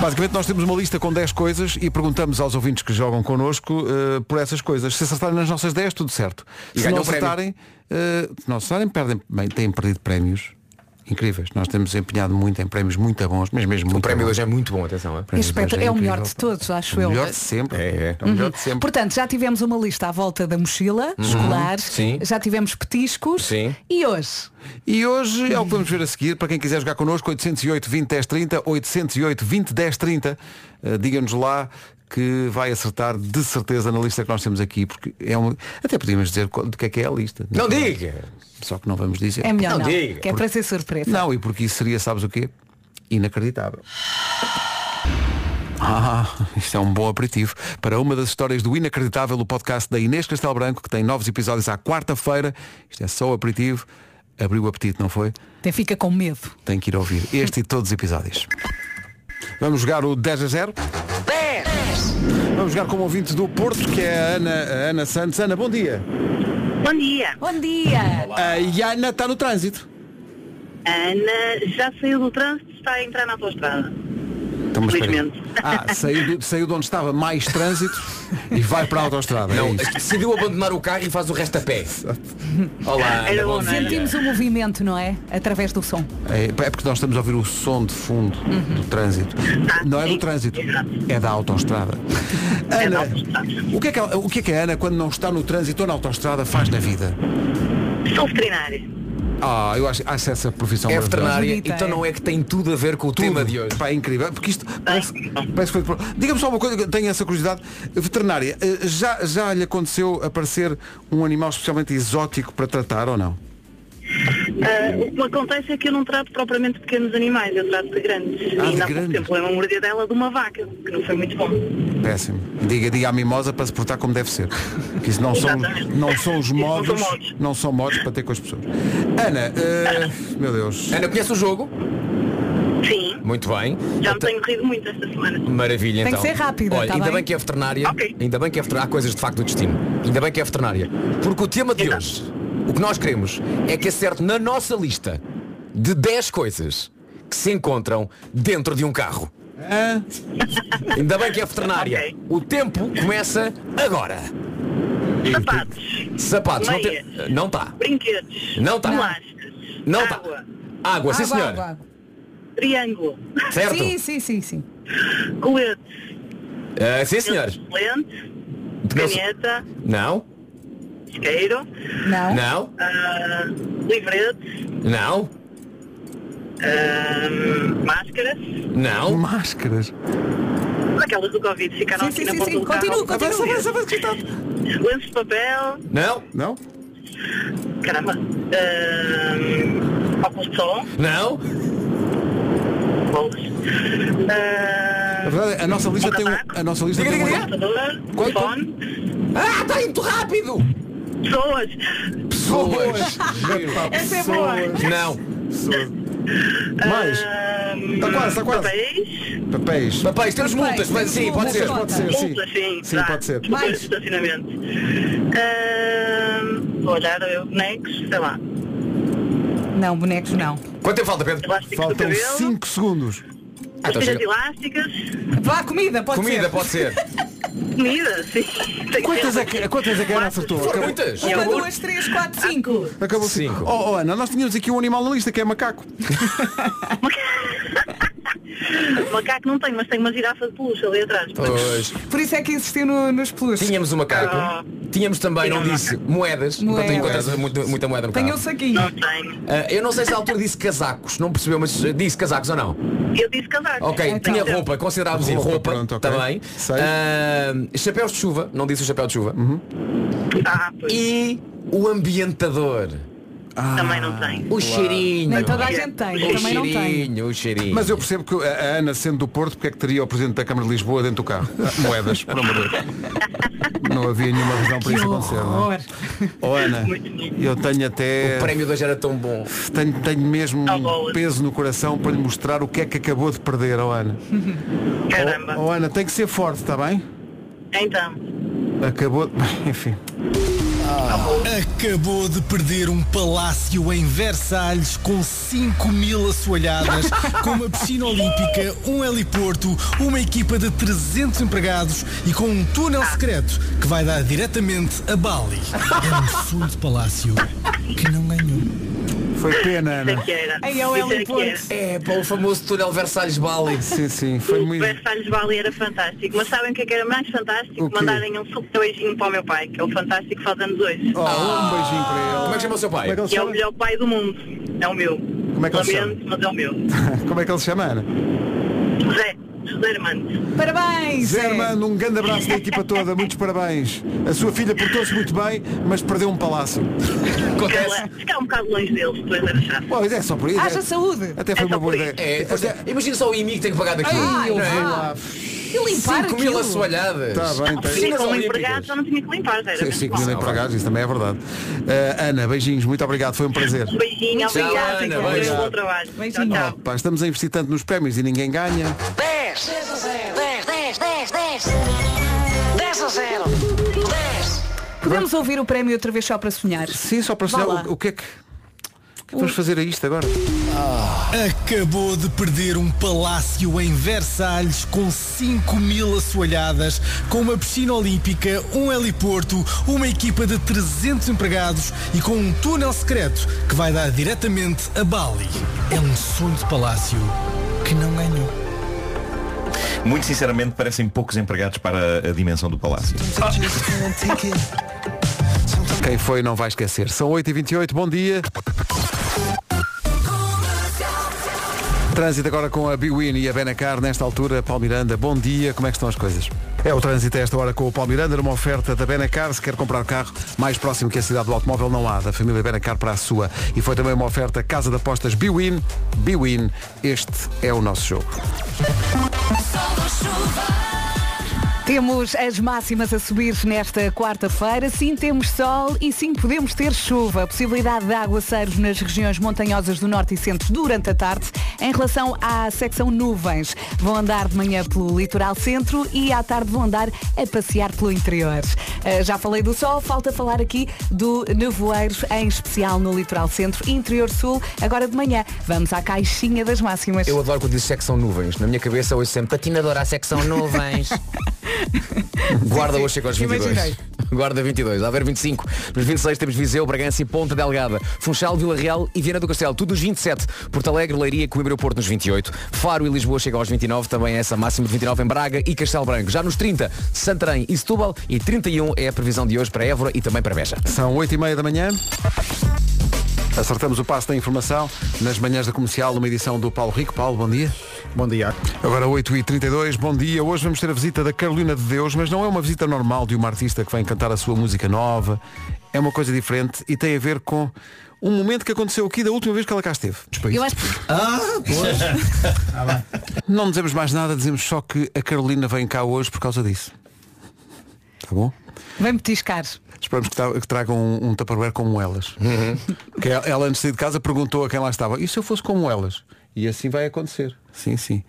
S1: Basicamente nós temos uma lista com 10 coisas e perguntamos aos ouvintes que jogam connosco eh, por essas coisas. Se acertarem nas nossas 10, tudo certo. se
S5: ganham
S1: não
S5: o prémio.
S1: acertarem, eh, se não acertarem, perdem, bem, têm perdido prémios incríveis. Nós temos empenhado muito em prémios muito bons, mas mesmo muito
S5: O prémio
S1: bons.
S5: hoje é muito bom, atenção. É?
S1: Prémios
S3: Espeta-
S1: hoje
S3: é o
S1: Uhum. incrível.
S3: melhor de todos, acho
S1: O
S3: eu.
S1: melhor de sempre.
S5: É, é.
S1: o melhor de sempre.
S3: Portanto, já tivemos uma lista à volta da mochila
S1: Uhum.
S3: escolar,
S5: Sim.
S3: já tivemos petiscos
S5: Sim.
S3: e hoje
S1: E hoje é o que vamos ver a seguir. Para quem quiser jogar connosco, 808 20 10 30, 808 20 10 30. Eh, Diga-nos lá que vai acertar de certeza na lista que nós temos aqui, porque é um... até podíamos dizer qual- do que é que é a lista.
S5: Não diga!
S1: Só que não vamos dizer.
S3: é melhor
S5: Não
S3: não,
S5: diga.
S3: que é para ser surpresa.
S1: Não, e porque isso seria, sabes o quê? Inacreditável. Ah, isto é um bom aperitivo para uma das histórias do Inacreditável, o podcast da Inês Castelo Branco, que tem novos episódios à quarta-feira. Isto é só o aperitivo. Abriu o apetite, não foi?
S3: Até fica com medo.
S1: tem que ir ouvir este e todos os episódios. Vamos jogar o 10 a 0. 10! Vamos jogar com o ouvinte do Porto, que é a Ana, a Ana Santos. Ana, bom dia.
S10: Bom dia.
S3: Bom dia!
S1: Ah, e a Ana está no trânsito.
S10: A Ana já saiu do trânsito, está a entrar na autostrada.
S1: Estamos
S10: Felizmente.
S1: Ah, saiu, do- saiu de onde estava mais trânsito e vai para a autostrada.
S5: Não,
S1: é isso.
S5: decidiu abandonar o carro e faz o resto a pé. Olá, Ana,
S10: Era
S5: bom
S10: bom, não
S5: dia.
S10: era?
S3: Sentimos o movimento, não é? Através do som.
S1: É, é porque nós estamos a ouvir o som de fundo do trânsito.
S10: Ah,
S1: Não é do
S10: sim,
S1: trânsito,
S10: exato.
S1: é da autostrada. Ana,
S10: autoestrada.
S1: o que, é que, ela- o que é que a Ana, quando não está no trânsito ou na autostrada, faz na vida?
S10: Sou veterinária.
S1: Ah, eu acho, acho essa profissão
S5: É
S1: maravilhosa.
S5: veterinária,
S3: Bonita,
S5: então
S3: é.
S5: não é que tem tudo a ver com o tema de hoje.
S1: Pá, é incrível. Porque isto parece, parece que foi. de pro- Diga-me só uma coisa, que eu tenho essa curiosidade. Veterinária, eh, já, já lhe aconteceu aparecer um animal especialmente exótico para tratar ou não?
S10: Ah, o que me acontece é que eu não trato propriamente de pequenos animais, eu trato de grandes.
S1: Ah,
S10: e
S1: de
S10: ainda há pouco
S1: grandes.
S10: tempo levei uma mordida dela de uma vaca, que não foi muito bom.
S1: Péssimo. Diga, diga à mimosa para se portar como deve ser. Que isso não são,
S10: Exatamente.
S1: não são os
S10: Isso não são
S1: modos,
S10: modos.
S1: não são modos para ter com as pessoas. Ana, eh, meu Deus.
S5: Ana, conhece o jogo?
S10: Sim,
S5: Muito bem.
S10: já me
S5: Então-
S10: tenho rido muito esta semana.
S5: Maravilha,
S3: Tem que
S5: então.
S3: ser rápida,
S5: Olha,
S3: tá
S5: ainda
S3: bem?
S5: bem? que é veterinária.
S10: Ok.
S5: Ainda bem que é veterinária. Há coisas de facto do destino. Ainda bem que é veterinária. Porque o tema de
S10: Então.
S5: hoje, o que nós queremos, é que acerte na nossa lista de 10 coisas que se encontram dentro de um carro.
S1: Hã?
S5: Ainda bem que é veterinária.
S10: Ok.
S5: O tempo começa agora.
S10: Sapatos,
S5: Sapatos, não tem-
S10: Meias.
S5: Não está.
S10: brinquedos,
S5: Não tá.
S10: bolachas,
S5: Não tá. está.
S10: água,
S5: Água, sim
S3: Água,
S5: senhor.
S3: água, água.
S10: triângulo,
S1: é
S10: *laughs*
S5: Certo?
S3: Sim, sim, sim, sim.
S10: colete,
S5: Ah, sim senhor.
S10: lente, caneta,
S5: Não,
S10: isqueiro,
S3: Não.
S5: não,
S10: ah, livrete,
S5: não,
S10: ah, máscaras,
S5: não.
S1: Máscaras.
S10: aquelas do Covid ficaram
S3: Sim, sim,
S10: aqui na
S3: sim,
S10: ponta
S3: sim.
S10: do
S3: Continua,
S10: carro.
S3: continua.
S10: Lenços de papel,
S5: Não,
S1: Não?
S10: caramba, ah, óculos de sol,
S5: não,
S10: bolas, ah,
S1: Na É verdade, a nossa lista tem um. A nossa lista
S5: Diga,
S1: tem
S5: diga,
S1: um-
S5: diga.
S10: computador,
S1: Quanto?
S10: telefone,
S5: Ah, está indo rápido!
S10: pessoas,
S5: Pessoas!
S10: Essa é boa.
S5: não,
S1: Mais.
S10: ah,
S1: Tá quase, tá quase.
S10: papéis,
S1: Papéis.
S5: papéis,
S3: Papéis,
S5: temos multas,
S3: temos
S5: mas sim, pode
S3: multas,
S5: ser.
S3: pode ser.
S1: Sim.
S10: multas, sim,
S1: Sim, tá.
S10: dá.
S1: pode ser.
S10: Multas
S3: Mais.
S10: de assim, Tipo, estacionamento, Ah, vou olhar eu, bonecos, sei lá,
S3: Não, bonecos não.
S5: Quanto tempo falta, Pedro?
S10: elásticos
S1: Faltam tá
S10: do cabelo,
S1: 5 segundos.
S5: Ah, então
S10: pastilhas
S5: chega.
S10: elásticas,
S3: Vá, comida, pode
S5: Comida,
S3: ser.
S5: pode ser.
S10: comida, sim. Tem
S1: Quantas é
S10: ser.
S1: que, quantas é que a Ana acertou?
S5: Foram
S1: Acabou-
S5: muitas.
S3: Uma, duas, três, quatro, cinco.
S1: Acabou
S5: Cinco.
S1: Oh, oh, Ana, nós tínhamos aqui um animal na lista que é macaco.
S10: Macaco não tenho, mas tenho uma girafa de peluche ali atrás.
S5: Pois.
S3: Por isso é que insistiu no- nos plus.
S5: Tínhamos uma carta. Tínhamos também, não disse, moedas. Enquanto
S3: Moedas.
S5: encontras muita, muita moeda no
S3: Tenho um
S5: carro.
S3: saquinho.
S10: Não tenho.
S5: Ah, eu não sei se a altura disse casacos, não percebeu, mas ah, disse casacos ou não?
S10: Eu disse casaco.
S5: Ok,
S3: Então.
S5: tinha roupa, considerávamos roupa,
S1: Roupa,
S5: roupa
S1: pronto, ok.
S5: também.
S1: Sei.
S5: Ah, chapéus de chuva, não disse o chapéu de chuva.
S10: Ah, pois.
S5: E o ambientador.
S10: também não tem.
S5: O cheirinho.
S3: Nem toda a gente tem,
S5: O
S3: também não tem.
S5: cheirinho, o cheirinho.
S1: Mas eu percebo que a Ana, sendo do Porto, porque é que teria o Presidente da Câmara de Lisboa dentro do *laughs* carro? Moedas, por amor de Deus. Não havia nenhuma razão para isso acontecer. não é?
S3: Horror.
S1: Oh, Ana, eu tenho até...
S5: O prémio de hoje era tão bom.
S1: Tenho, tenho mesmo um peso no coração para lhe mostrar o que é que acabou de perder, oh Ana.
S10: Caramba.
S1: Oh, Ana, tem que ser forte, está bem?
S10: Então.
S1: Acabou de... *laughs* Enfim.
S11: Acabou de perder um palácio em Versalhes com 5 mil
S10: *laughs*
S11: assoalhadas, com uma piscina
S10: é
S11: olímpica, um heliporto, uma equipa de 300 empregados e com um túnel
S6: É,
S11: secreto que vai dar diretamente a Bali. É um fundo palácio que não ganhou.
S1: Foi pena, Ana.
S10: que era.
S3: Aí é o
S10: Isso é que era.
S3: Heliporto.
S5: É, para o famoso túnel Versalhes Bali.
S1: Sim, sim, foi
S10: O
S1: muito...
S10: Versalhes Vale era fantástico, mas sabem o que é que era mais fantástico?
S1: O quê?
S10: Mandarem um super beijinho para o meu pai, que é o fantástico faz anos hoje.
S1: Oh, um beijinho para ele.
S5: Como é que chama o seu pai?
S1: Como é que ele
S10: Que é o
S1: chama?
S10: melhor pai do mundo. É o meu.
S1: Como é que ele se chama?
S10: Lamento, mas é o meu.
S1: Como é que ele se chama, Ana?
S10: José, José Armando.
S3: Parabéns!
S1: Zé
S3: Zé.
S1: Armando, um grande abraço da equipa toda, muitos parabéns. A sua filha portou-se muito bem, mas perdeu um palácio.
S10: Ela- Ficar um bocado longe deles, depois era chato.
S1: Pois é, só por isso.
S3: Haja
S1: é-
S3: saúde!
S1: Até foi
S10: É só
S1: uma boa
S10: por
S1: ideia.
S5: É, depois, é, imagina só o inimigo que tem que pagar daquilo.
S3: Ai, eu
S5: Não é? Tá
S3: vou lá. E limpar
S5: 5 mil
S3: aquilo?
S5: assoalhadas.
S1: Está bem, está bem.
S5: Piscinas
S10: Fiquei com um
S5: olímpicas.
S10: empregado, já não tinha que limpar, já
S1: Sim,
S10: era.
S1: um
S10: muito
S1: cinco
S10: mal.
S1: mil empregados, isso também é verdade. Ah, Ana, beijinhos, muito obrigado, foi um prazer.
S10: Um beijinho,
S5: Tchau,
S10: obrigada.
S5: Ana,
S10: Ana,
S5: beijinho.
S10: um bom trabalho.
S3: Beijinho.
S10: Tchau, tchau.
S1: Pá, estamos a investir tanto nos prémios e ninguém ganha.
S12: 10 10 10 10 10 10 a 0 10
S3: Podemos ouvir o prémio outra vez só para sonhar?
S1: Sim, só para
S3: Vá
S1: saber
S3: lá.
S1: o, o que é que. o que Vamos fazer a isto agora.
S11: Acabou de perder um palácio em Versalhes com 5 mil assoalhadas, com uma piscina olímpica, um heliporto, uma equipa de 300 empregados e com um túnel secreto que vai dar diretamente a Bali. É um sonho de palácio que não ganhou.
S6: Muito sinceramente parecem poucos empregados para a dimensão do palácio.
S1: Quem foi não vai esquecer. São 8h28, bom dia. Trânsito agora com a Biwin e a Benacar, nesta altura, Paulo Miranda, bom dia, como é que estão as coisas? É o trânsito a esta hora com o Paulo Miranda, numa oferta da Benacar, se quer comprar carro mais próximo que a cidade do automóvel, não há, da família Benacar para a sua. E foi também uma oferta Casa de Apostas Biwin, Biwin, este é o nosso jogo.
S3: Temos as máximas a subir nesta quarta-feira. Sim, temos sol e sim, podemos ter chuva. Possibilidade de aguaceiros nas regiões montanhosas do norte e centro durante a tarde. Em relação à secção nuvens, vão andar de manhã pelo litoral centro e à tarde vão andar a passear pelo interior. Ah, Já falei do sol, falta falar aqui do nevoeiro, em especial no litoral centro e interior sul. Agora de manhã, vamos à caixinha das máximas.
S5: Eu adoro quando diz secção nuvens. Na minha cabeça hoje sempre patinadora à secção nuvens. Guarda hoje chega aos 22.
S3: Imaginei.
S5: *laughs* Guarda 22, Aveiro 25. Nos 26 temos Viseu, Bragança e Ponta Delgada. Funchal, Vila Real e Viana do Castelo. Tudo os 27. Porto Alegre, Leiria, Coimbra e Porto nos 28. Faro e Lisboa chegam aos 29. Também é essa máxima de 29 em Braga e Castelo Branco. Já nos 30, Santarém e Setúbal. E 31 é a previsão de hoje para Évora e também para Beja.
S1: São 8 e meia da manhã. Acertamos o passo da informação nas manhãs da comercial, numa edição do Paulo Rico. Paulo, bom dia.
S8: Bom dia.
S1: Agora 8h32, bom dia. Hoje vamos ter a visita da Carolina de Deus, mas não é uma visita normal de uma artista que vem cantar a sua música nova. É uma coisa diferente e tem a ver com um momento que aconteceu aqui da última vez que ela cá esteve.
S3: Eu acho que
S1: Não dizemos mais nada, dizemos só que a Carolina vem cá hoje por causa disso. Tá bom?
S3: vem petiscar.
S1: Esperamos que, tra- que tragam um, um Tupperware como elas.
S3: Uhum.
S1: Que ela, ela, antes de sair de casa, perguntou a quem lá estava, e se eu fosse como elas? E assim vai acontecer. Sim, sim.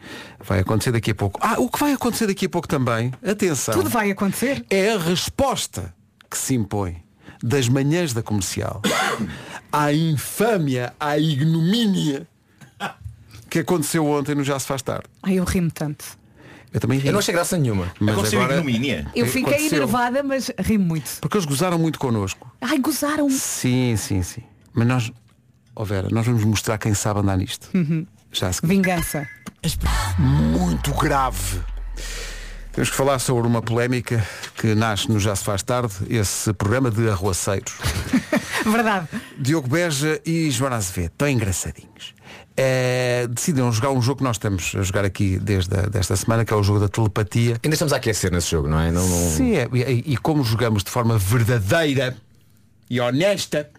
S1: Vai acontecer daqui a pouco. Ah, o que vai acontecer daqui a pouco também, atenção,
S3: Tudo vai acontecer.
S1: é a resposta que se impõe das manhãs da comercial à infâmia, à ignomínia que aconteceu ontem no Já Se Faz Tarde.
S3: Ai, eu rimo tanto.
S1: Eu também ri.
S5: Eu não achei graça nenhuma.
S1: Mas
S6: Aconteceu
S1: agora, é
S6: ignomínia.
S3: Eu fiquei
S1: Aconteceu.
S3: enervada, mas rimo muito.
S1: porque eles gozaram muito connosco.
S3: Ai, gozaram.
S1: Sim, sim, sim. Mas nós, oh Vera, nós vamos mostrar quem sabe andar nisto.
S3: Uhum.
S1: Já a seguir.
S3: Vingança. *laughs*
S1: Muito grave. Temos que falar sobre uma polémica que nasce no Já se faz tarde, esse programa de arruaceiros.
S3: Verdade.
S1: Diogo Beja e Joana Azevedo, tão engraçadinhos. Eh, decidiram jogar um jogo que nós estamos a jogar aqui desde a, desta semana, que é o jogo da telepatia.
S5: Ainda estamos a aquecer nesse jogo, não é? Não, não...
S1: Sim, é, e, e como jogamos de forma verdadeira e honesta,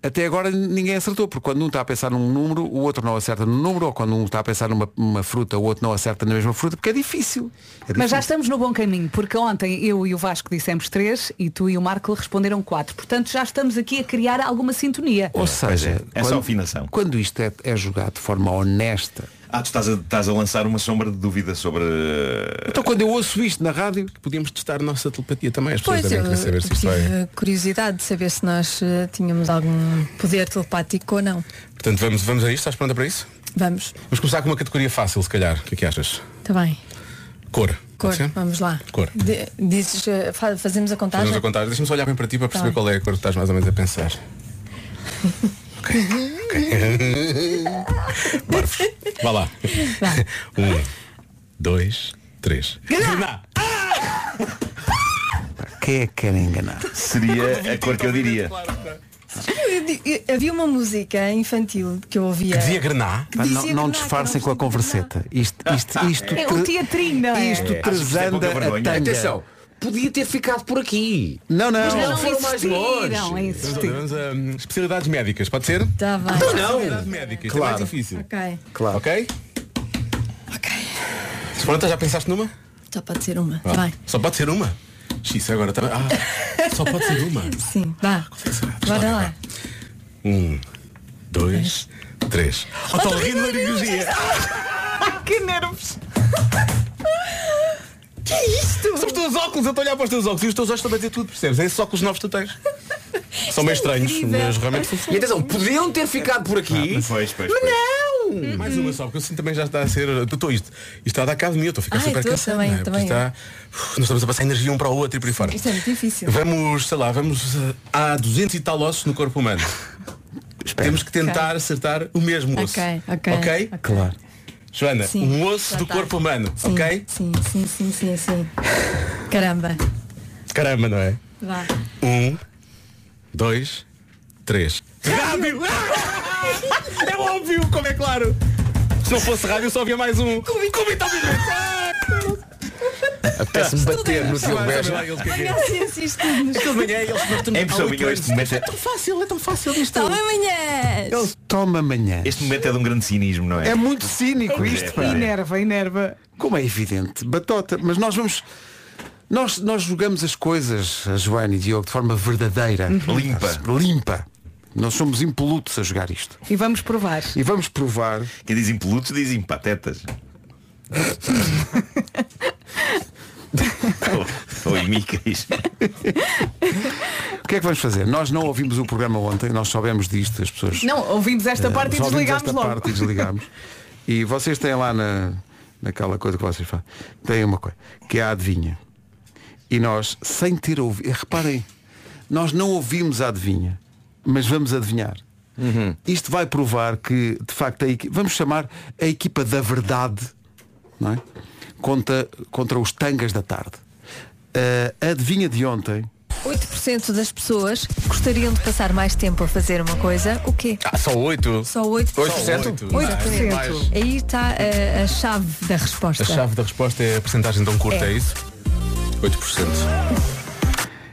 S1: Até agora ninguém acertou, porque quando um está a pensar num número, o outro não acerta no número, ou quando um está a pensar numa, numa fruta, o outro não acerta na mesma fruta, porque é difícil. É
S3: Mas já
S1: difícil.
S3: estamos no bom caminho, porque ontem eu e o Vasco dissemos três e tu e o Marco responderam quatro. Portanto, já estamos aqui a criar alguma sintonia.
S1: Ou seja,
S6: é. É só afinação.
S1: Quando isto é, é jogado de forma honesta.
S6: Ah, tu estás a, estás a lançar uma sombra de dúvida sobre. eh,
S1: Então quando eu ouço isto na rádio,
S13: podíamos testar a nossa telepatia também. As pessoas
S14: Pois,
S13: também
S14: eu,
S13: querem saber se
S14: eu
S13: isto é.
S14: tive curiosidade de saber se nós eh, tínhamos algum poder telepático ou não.
S13: Portanto, vamos, vamos a isto? Estás pronta para isso?
S14: Vamos,
S13: Vamos começar com uma categoria fácil, se calhar. O que é que achas?
S14: está Tá bem.
S13: Cor.
S14: Cor,
S13: Pode ser?
S14: vamos lá.
S13: Cor.
S14: De- dizes, eh, fa- fazemos a contagem?
S13: Fazemos a contagem. Deixa-me só olhar bem para ti para perceber
S14: Tá.
S13: qual é a cor que estás mais ou menos a pensar. *laughs* Marvos. Vá lá.
S14: Vá.
S13: Um, dois, três.
S1: Quem é que quer enganar?
S6: Seria a cor que eu diria.
S14: Eu di- eu- havia uma música infantil que eu ouvia.
S1: Pá,
S14: Que
S1: Não,
S14: dizia
S1: não
S14: grená,
S1: disfarcem com a converseta. Isto,
S14: Ah,
S1: isto, isto,
S3: É um
S1: tre-
S3: teatrinho, não é?
S1: isto
S3: É.
S1: trezanda a tanga.
S5: Atenção, podia ter ficado por aqui.
S1: Não, não.
S5: Mas não,
S3: Não é
S5: foram mais
S3: insistiram,
S5: longe.
S13: Vamos a hum, especialidades médicas, pode ser?
S14: Tá bem.
S13: Então
S14: Pode
S13: não.
S14: ser.
S13: Especialidade médica, isto é
S14: Claro.
S13: mais difícil.
S14: Ok,
S13: Claro. Ok? Ok. Pronto, já pensaste numa?
S14: só pode ser uma.
S13: Vá.
S14: Vai.
S13: Só pode ser uma? X, agora está. Ah, só pode ser uma.
S14: Sim, vá. Bora
S1: é.
S14: lá.
S13: Um, dois, três. Então, Otorrinolaringologia.
S3: que
S13: *laughs*
S3: nervos!
S13: Que é isto? São os teus óculos, eu estou a olhar para os teus óculos e os teus olhos estão a dizer tudo, percebes? É esses óculos novos que tu tens. São meio estranhos,
S5: incrível.
S13: mas realmente funcionam.
S5: E atenção, podiam ter ficado por aqui.
S6: Pois, pois.
S5: Mas não!
S13: Mais uma só, porque eu sinto também já está a ser. eu Estou isto. Isto está a dar cabo de mim, eu estou a ficar
S14: Ai,
S13: super
S14: estou
S13: cansado.
S14: também,
S13: não é? Porque
S14: também é.
S13: está- Uf, Nós estamos a passar energia um para o outro e por aí fora.
S14: Isto é muito difícil.
S13: Vamos, sei lá, vamos eh, há 200 e tal ossos no corpo humano. Temos que tentar acertar o mesmo osso.
S14: Ok, ok, ok.
S13: Claro. Joana,
S14: Sim,
S13: um osso
S14: já
S13: do
S14: tá.
S13: corpo humano,
S14: Sim,
S13: ok?
S14: Sim, sim, sim, sim, sim. Caramba.
S13: Caramba, não é?
S14: Vá.
S13: Um, dois, três. Rádio! *laughs* é óbvio, como é claro! Se não fosse rádio só havia mais um. Convite ao vivo!
S5: Apetece-me bater no teu beijo.
S13: Aquele manhã eles não
S6: É impressão minha, este momento é,
S13: fácil, é tão fácil isto.
S14: Toma amanhã.
S1: Ele toma amanhã.
S6: este momento é de um grande cinismo, não é?
S1: É muito cínico isto, pá.
S3: Enerva, enerva.
S1: Como é evidente, batota. Mas nós vamos. Nós, nós jogamos as coisas, a Joana e Diogo, de forma verdadeira.
S6: Limpa.
S1: Limpa. Nós somos impolutos a jogar isto.
S3: E vamos provar.
S1: E vamos provar.
S6: Quem diz impoluto diz impatetas. Oh, ou, ou imicas.
S1: O que é que vamos fazer? Nós não ouvimos o programa ontem, nós soubemos disto, as pessoas.
S3: Não, ouvimos esta
S1: eh,
S3: parte e
S1: só ouvimos
S3: desligámos
S1: esta
S3: logo.
S1: parte e desligámos. E vocês têm lá na, naquela coisa que vocês fazem. Tem uma coisa, que é a adivinha. E nós, sem ter ouvido, reparem, nós não ouvimos a adivinha, mas vamos adivinhar. Isto vai provar que, de facto, a equi- vamos chamar a equipa da verdade não é? contra, contra os tangas da tarde. Eh, a adivinha de ontem
S14: 8% das pessoas gostariam de passar mais tempo a fazer uma coisa. O quê?
S13: Ah, só oito.
S14: Só 8%.
S13: Só oito. Oito.
S3: Ah,
S13: Mais.
S14: Aí está eh, a, chave da
S13: A
S14: resposta.
S13: chave da resposta é a porcentagem tão curta, é,
S14: É.
S13: isso? 8%.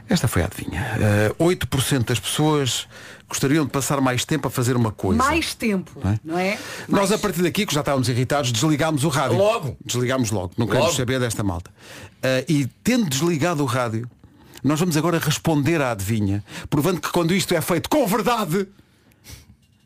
S1: Esta foi a adivinha. Eh, 8% das pessoas gostariam de passar mais tempo a fazer uma coisa.
S3: Mais tempo,
S1: Não é?
S3: não é?
S1: Nós, a partir daqui, que já estávamos irritados, desligámos o rádio.
S5: Logo.
S1: Desligámos logo. Não queremos
S5: Logo.
S1: saber desta malta. Eh, e tendo desligado o rádio, nós vamos agora responder à adivinha, provando que quando isto é feito com verdade,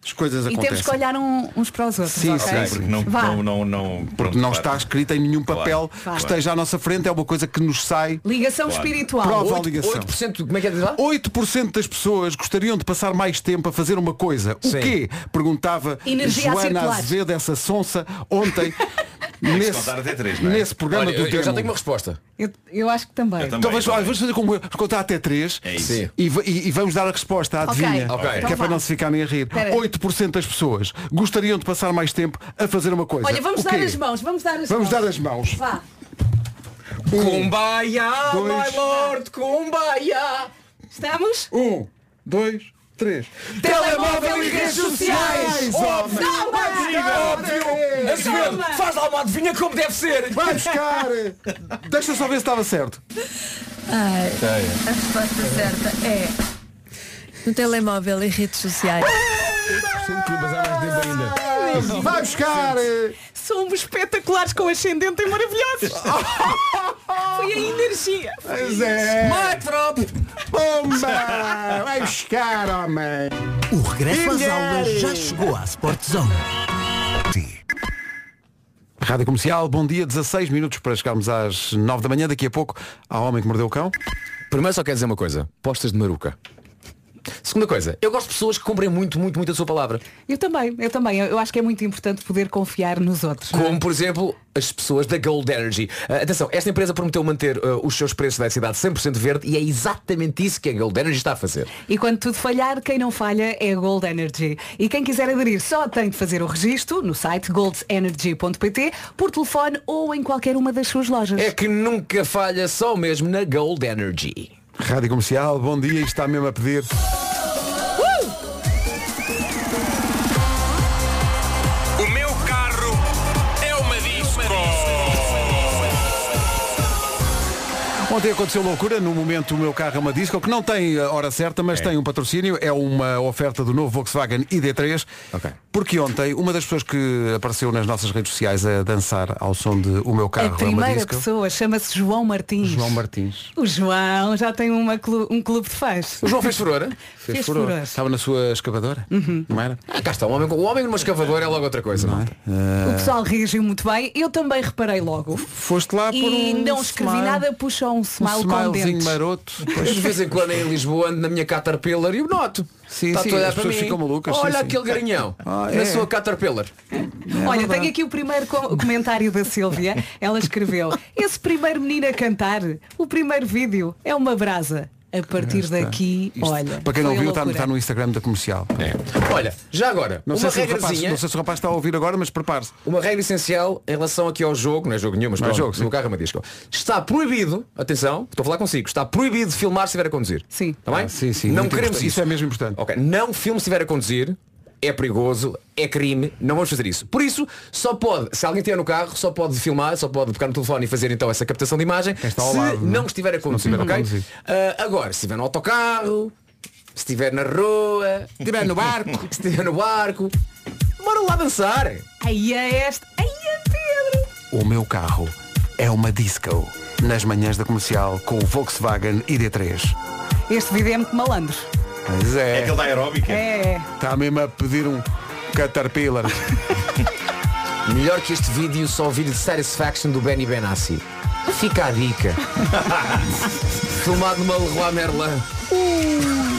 S1: as coisas
S3: E
S1: acontecem.
S3: temos que olhar um- uns para os outros.
S1: Sim,
S3: ok?
S1: sim,
S6: Porque não,
S3: Vá.
S6: não, não, não,
S1: Porque
S6: pronto,
S1: não
S6: claro.
S1: está escrita em nenhum papel
S3: Claro.
S1: que esteja à nossa frente, é uma coisa que nos sai.
S3: Ligação
S1: Claro.
S3: espiritual.
S1: Prova a
S3: Oito-
S1: ligação.
S5: 8%, como é que é de lá?
S1: 8% das pessoas gostariam de passar mais tempo a fazer uma coisa. O
S5: Sim.
S1: quê? Perguntava
S3: Energia
S1: Joana
S3: circular.
S1: Azevedo, essa sonsa,
S6: *laughs*
S1: ontem,
S6: Tem que
S1: nesse,
S6: contar até três, não é?
S1: nesse programa
S5: Olha,
S1: do
S5: eu, eu
S1: tempo.
S5: já tenho uma resposta.
S3: Eu, eu acho que também.
S6: Eu também,
S1: Então vamos, olha,
S6: também.
S1: vamos fazer como eu, vamos contar até 3
S6: É isso.
S5: Sim.
S1: e, va- e- e vamos dar a resposta à
S3: Ok.
S1: adivinha,
S5: Ok.
S1: que é
S5: Então
S1: para
S3: vá.
S1: não se ficarem a rir.
S3: Espera aí.
S1: 8% das pessoas gostariam de passar mais tempo a fazer uma coisa.
S3: Olha, vamos
S1: O
S3: dar
S1: quê?
S3: as mãos, vamos dar as
S1: Vamos
S3: mãos.
S1: dar as mãos.
S3: Vá.
S5: Cumbaia,
S1: Dois.
S5: my lord, cumbaia.
S3: Estamos?
S1: Um, dois, três.
S3: Telemóvel e redes sociais.
S1: Óbvio,
S3: Não,
S1: vai
S3: mas-
S1: buscar, óbvio.
S5: Azevedo,
S3: Toma.
S5: É faz lá uma adivinha como deve ser.
S1: Vai buscar. eh, Deixa só ver se estava certo.
S3: Uh!
S14: Ai, a resposta certa é. no telemóvel e redes sociais.
S1: Vai buscar! eh,
S3: Somos espetaculares com ascendente e
S1: *laughs*
S3: maravilhosos! Foi a energia!
S1: Pois é. Bomba! Vai buscar, homem!
S15: O regresso às aulas já chegou à Sportzone.
S1: Rádio Comercial, bom dia, 16 minutos para chegarmos às 9 da manhã, daqui a pouco, há Homem que Mordeu o Cão.
S5: Primeiro só quero dizer uma coisa, postas de maruca. Segunda coisa, eu gosto de pessoas que cumprem muito, muito, muito a sua palavra.
S3: Eu também, eu também. Eu acho que é muito importante poder confiar nos outros.
S5: Como, por exemplo, as pessoas da Gold Energy. Ah, atenção, esta empresa prometeu manter ah, os seus preços da cidade 100% verde e é exatamente isso que a Gold Energy está a fazer.
S3: E quando tudo falhar, quem não falha é a Gold Energy. E quem quiser aderir só tem de fazer o registro no site goldenergy.pt, por telefone ou em qualquer uma das suas lojas.
S5: É que nunca falha só mesmo na Gold Energy.
S1: Rádio Comercial, bom dia, isto está mesmo a pedir.
S12: O meu carro é uma disco.
S1: Ontem aconteceu loucura, no momento o meu carro é uma disco, que não tem eh, hora certa, mas tem um patrocínio, é uma oferta do novo Volkswagen ID3. Porque ontem uma das pessoas que apareceu nas nossas redes sociais a dançar ao som de O Meu
S3: a
S1: Carro é uma
S3: primeira
S1: disco.
S3: pessoa chama-se João Martins.
S1: João Martins.
S3: O João já tem uma clu- um clube de fãs.
S5: O João fez
S1: *laughs*
S5: furor?
S3: Fez, furor.
S1: Estava na sua escavadora? Não era?
S5: Ah, cá está, o homem, o homem numa escavadora é logo outra coisa, não, é?
S1: Ah.
S3: O pessoal reagiu muito bem. Eu também reparei logo.
S1: Foste lá
S3: e
S5: por um
S3: não escrevi
S5: smile.
S3: nada, puxou um smile com dentes.
S1: *laughs* maroto.
S5: Eu de vez em quando em Lisboa ando na minha Caterpillar e eu noto.
S1: Sim,
S5: Está
S1: sim,
S5: a olhar
S1: as
S5: para
S1: pessoas
S5: mim.
S1: ficam malucas, sim,
S5: Olha
S1: sim.
S5: aquele garinhão
S1: Ah,
S5: na
S1: é.
S5: sua Caterpillar.
S3: Olha, tenho aqui o primeiro co- *laughs* comentário da Silvia. Ela escreveu, esse primeiro menino a cantar, o primeiro vídeo, é uma brasa. A partir daqui, olha.
S1: Para quem não
S3: foi a
S1: viu, está,
S3: loucura.
S1: está no Instagram da comercial.
S5: Olha, já agora,
S1: É. Não sei,
S5: uma
S1: se o rapaz,
S5: regrazinha.
S1: não sei se o rapaz está a ouvir agora, mas prepare-se.
S5: Uma regra essencial em relação aqui ao jogo, não é jogo nenhum, mas
S1: Não é
S5: pronto,
S1: jogo, sim.
S5: no carro é uma disco. Está proibido, atenção, estou a falar consigo, está proibido de filmar se estiver a conduzir.
S3: Sim.
S5: Está bem?
S1: Ah, sim, sim,
S5: Não
S1: muito
S5: queremos isso.
S1: importante. Isso é mesmo importante.
S5: Ok, não filme se estiver a conduzir, é perigoso, é crime, não vamos fazer isso. Por isso, só pode, se alguém estiver no carro, só pode filmar, só pode pegar no telefone e fazer então essa captação de imagem
S1: está ao
S5: se
S1: lado, não
S5: não
S1: é?
S5: estiver a conduzir,
S1: estiver a
S5: ok?
S1: conduzir.
S5: Ah, agora, se estiver no autocarro, se estiver na rua, se estiver no barco, se estiver no barco, bora lá dançar.
S3: Aí é este. Aí é Pedro.
S1: O meu carro é uma disco. Nas manhãs da comercial com o Volkswagen ID3.
S3: Este vídeo é muito malandro.
S1: Pois
S6: É
S1: é.
S6: aquele da aeróbica.
S3: É.
S1: Está mesmo a pedir um Caterpillar.
S5: Melhor que este vídeo, só o vídeo de Satisfaction do Benny Benassi. Fica a
S6: *laughs*
S5: dica. Filmado numa Leroy Merlin.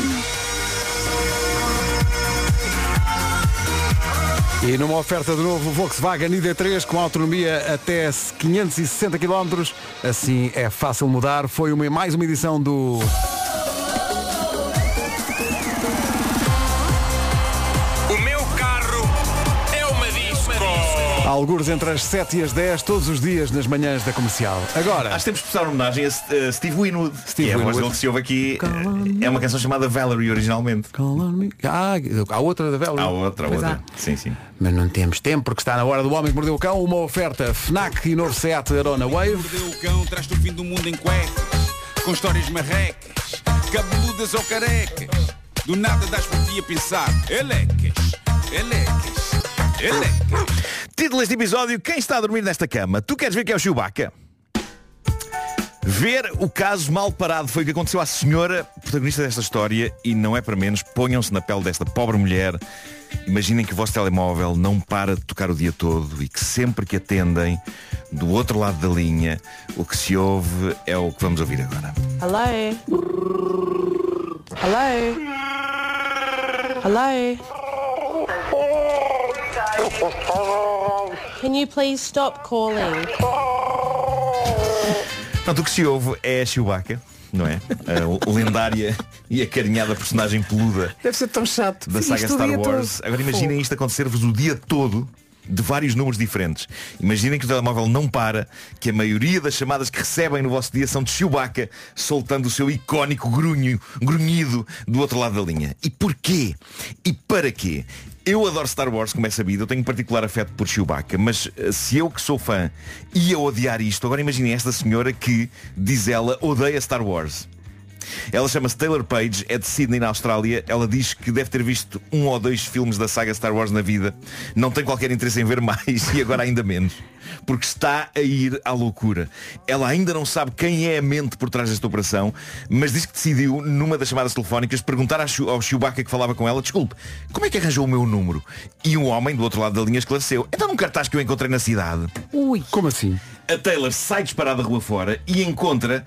S1: E numa oferta de novo Volkswagen ID3 com autonomia até 560 km. Assim é fácil mudar. Foi uma, mais uma edição do.
S12: O meu carro é uma disco.
S1: Algures entre as 7 e as 10, todos os dias nas manhãs da comercial. Agora.
S6: Acho que temos de prestar homenagem a S- a Steve Winwood.
S1: Steve
S6: que é a voz
S1: Winwood.
S6: dele que se ouve aqui. É uma canção chamada Valerie originalmente.
S1: Ah, há outra da Vela.
S6: Há outra, há
S1: Pois
S6: outra. Sim, sim.
S1: Mas não temos tempo porque está na hora do Homem que Mordeu o Cão. Uma oferta FNAC e novo Seat Arona Wave.
S16: Mordeu o cão, traz-te o fim do mundo em cuecas, com histórias marrecas, cabeludas ou carecas. Do nada das por ti a pensar, elecas, elecas, elecas.
S6: Título deste episódio, quem está a dormir nesta cama? Tu queres ver que é o Chewbacca? Ver o caso mal parado foi o que aconteceu à senhora protagonista desta história e não é para menos, ponham-se na pele desta pobre mulher. Imaginem que o vosso telemóvel não para de tocar o dia todo e que sempre que atendem, do outro lado da linha, o que se ouve é o que vamos ouvir agora.
S17: Hello. Hello. Hello. Can you please stop calling?
S6: Portanto, o que se ouve é a Chewbacca, não é? A lendária e acarinhada personagem peluda
S5: Deve ser tão chato.
S6: da saga Star Wars. Agora imaginem isto acontecer-vos o dia todo de vários números diferentes. Imaginem que o telemóvel não para, que a maioria das chamadas que recebem no vosso dia são de Chewbacca, soltando o seu icónico grunho, grunhido do outro lado da linha. E porquê? E para quê? Eu adoro Star Wars, como é sabido, eu tenho um particular afeto por Chewbacca, mas eh, se eu que sou fã ia odiar isto, agora imaginem esta senhora que, diz ela, odeia Star Wars. Ela chama-se Taylor Page, é de Sydney, na Austrália. Ela diz que deve ter visto um ou dois filmes da saga Star Wars na vida. Não tem qualquer interesse em ver mais *laughs* e agora ainda menos. Porque está a ir à loucura. Ela ainda não sabe quem é a mente por trás desta operação, mas diz que decidiu, numa das chamadas telefónicas, perguntar à Chu- ao Chewbacca que falava com ela, desculpe, como é que arranjou o meu número? E um homem do outro lado da linha esclareceu, então num cartaz que eu encontrei na cidade.
S3: Ui.
S1: Como assim?
S6: A Taylor sai disparada rua fora e encontra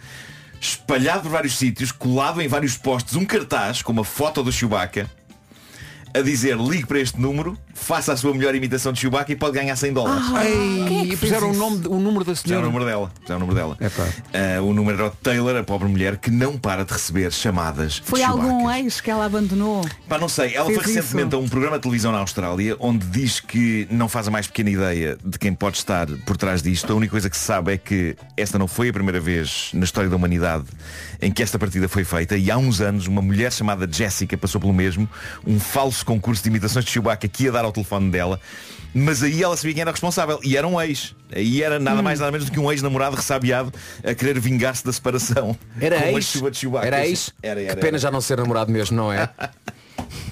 S6: espalhado por vários sítios, colado em vários postes, um cartaz com uma foto do Chewbacca a dizer ligue para este número, faça a sua melhor imitação de Chewbacca e pode ganhar 100
S3: Ah.
S6: dólares.
S1: Ei,
S3: é que
S1: e
S3: fez
S1: puseram o,
S3: isso? um-
S1: nome, o número da
S6: Já é o
S1: senhora.
S6: número dela. Já é o número dela. Ah, o número era o Taylor, a pobre mulher, que não para de receber chamadas. de
S3: Foi
S6: Chewbacca.
S3: algum ex que ela abandonou?
S6: Pá, não sei, ela
S3: Fez
S6: foi recentemente
S3: isso.
S6: a um programa de televisão na Austrália onde diz que não faz a mais pequena ideia de quem pode estar por trás disto. A única coisa que se sabe é que esta não foi a primeira vez na história da humanidade em que esta partida foi feita e há uns anos uma mulher chamada Jessica passou pelo mesmo, um falso concurso de imitações de Chewbacca que ia dar ao telefone dela. Mas aí ela sabia quem era o responsável e era um ex. Aí era nada mais nada menos do que um ex-namorado ressabiado a querer vingar-se da separação. *laughs*
S5: Era
S6: com uma
S5: ex.
S6: chuva de Chewbacca.
S5: Era ex.
S6: Era, era,
S5: que pena
S6: era.
S5: já não ser namorado mesmo, não é?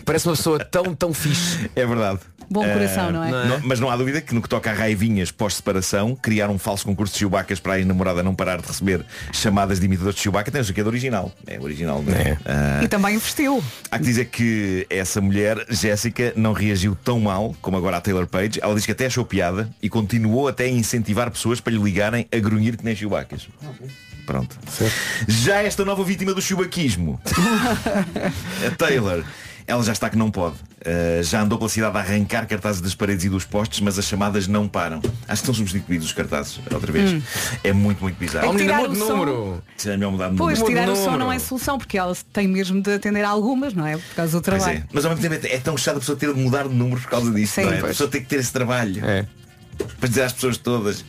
S5: Parece uma pessoa tão, tão fixe.
S6: É verdade.
S3: Bom
S6: Eh,
S3: coração, não é?
S6: mas não há dúvida que no que toca a raivinhas pós-separação, criar um falso concurso de Chewbacca para a ex-namorada não parar de receber chamadas de imitadores de Chewbacca, tens o que é do original. É original, não é? Ah,
S3: E também investiu.
S6: Há que dizer que essa mulher, Jéssica, não reagiu tão mal como agora a Taylor Page. Ela diz que até achou piada e continuou até a incentivar pessoas para lhe ligarem a grunhir que nem Chewbaccas. Pronto. Já esta nova vítima do chubaquismo, a Taylor, ela já está que não pode. Uh, já andou pela cidade a arrancar cartazes das paredes e dos postes, mas as chamadas não param. Acho que estão substituídos os cartazes, outra vez.
S3: Hum.
S6: É muito, muito bizarro.
S5: um
S3: É tirar o som. número.
S6: Já me mudar de
S3: Pois,
S6: número.
S3: tirar o som não é solução, porque ela tem mesmo de atender a algumas, não é? Por causa do
S6: Pois
S3: trabalho.
S6: é. Mas ao mesmo tempo é é tão chato a pessoa ter de mudar de número por causa disso.
S3: Sim,
S6: não é? A
S3: pois. É.
S6: pessoa tem que ter esse trabalho. Para dizer às pessoas todas.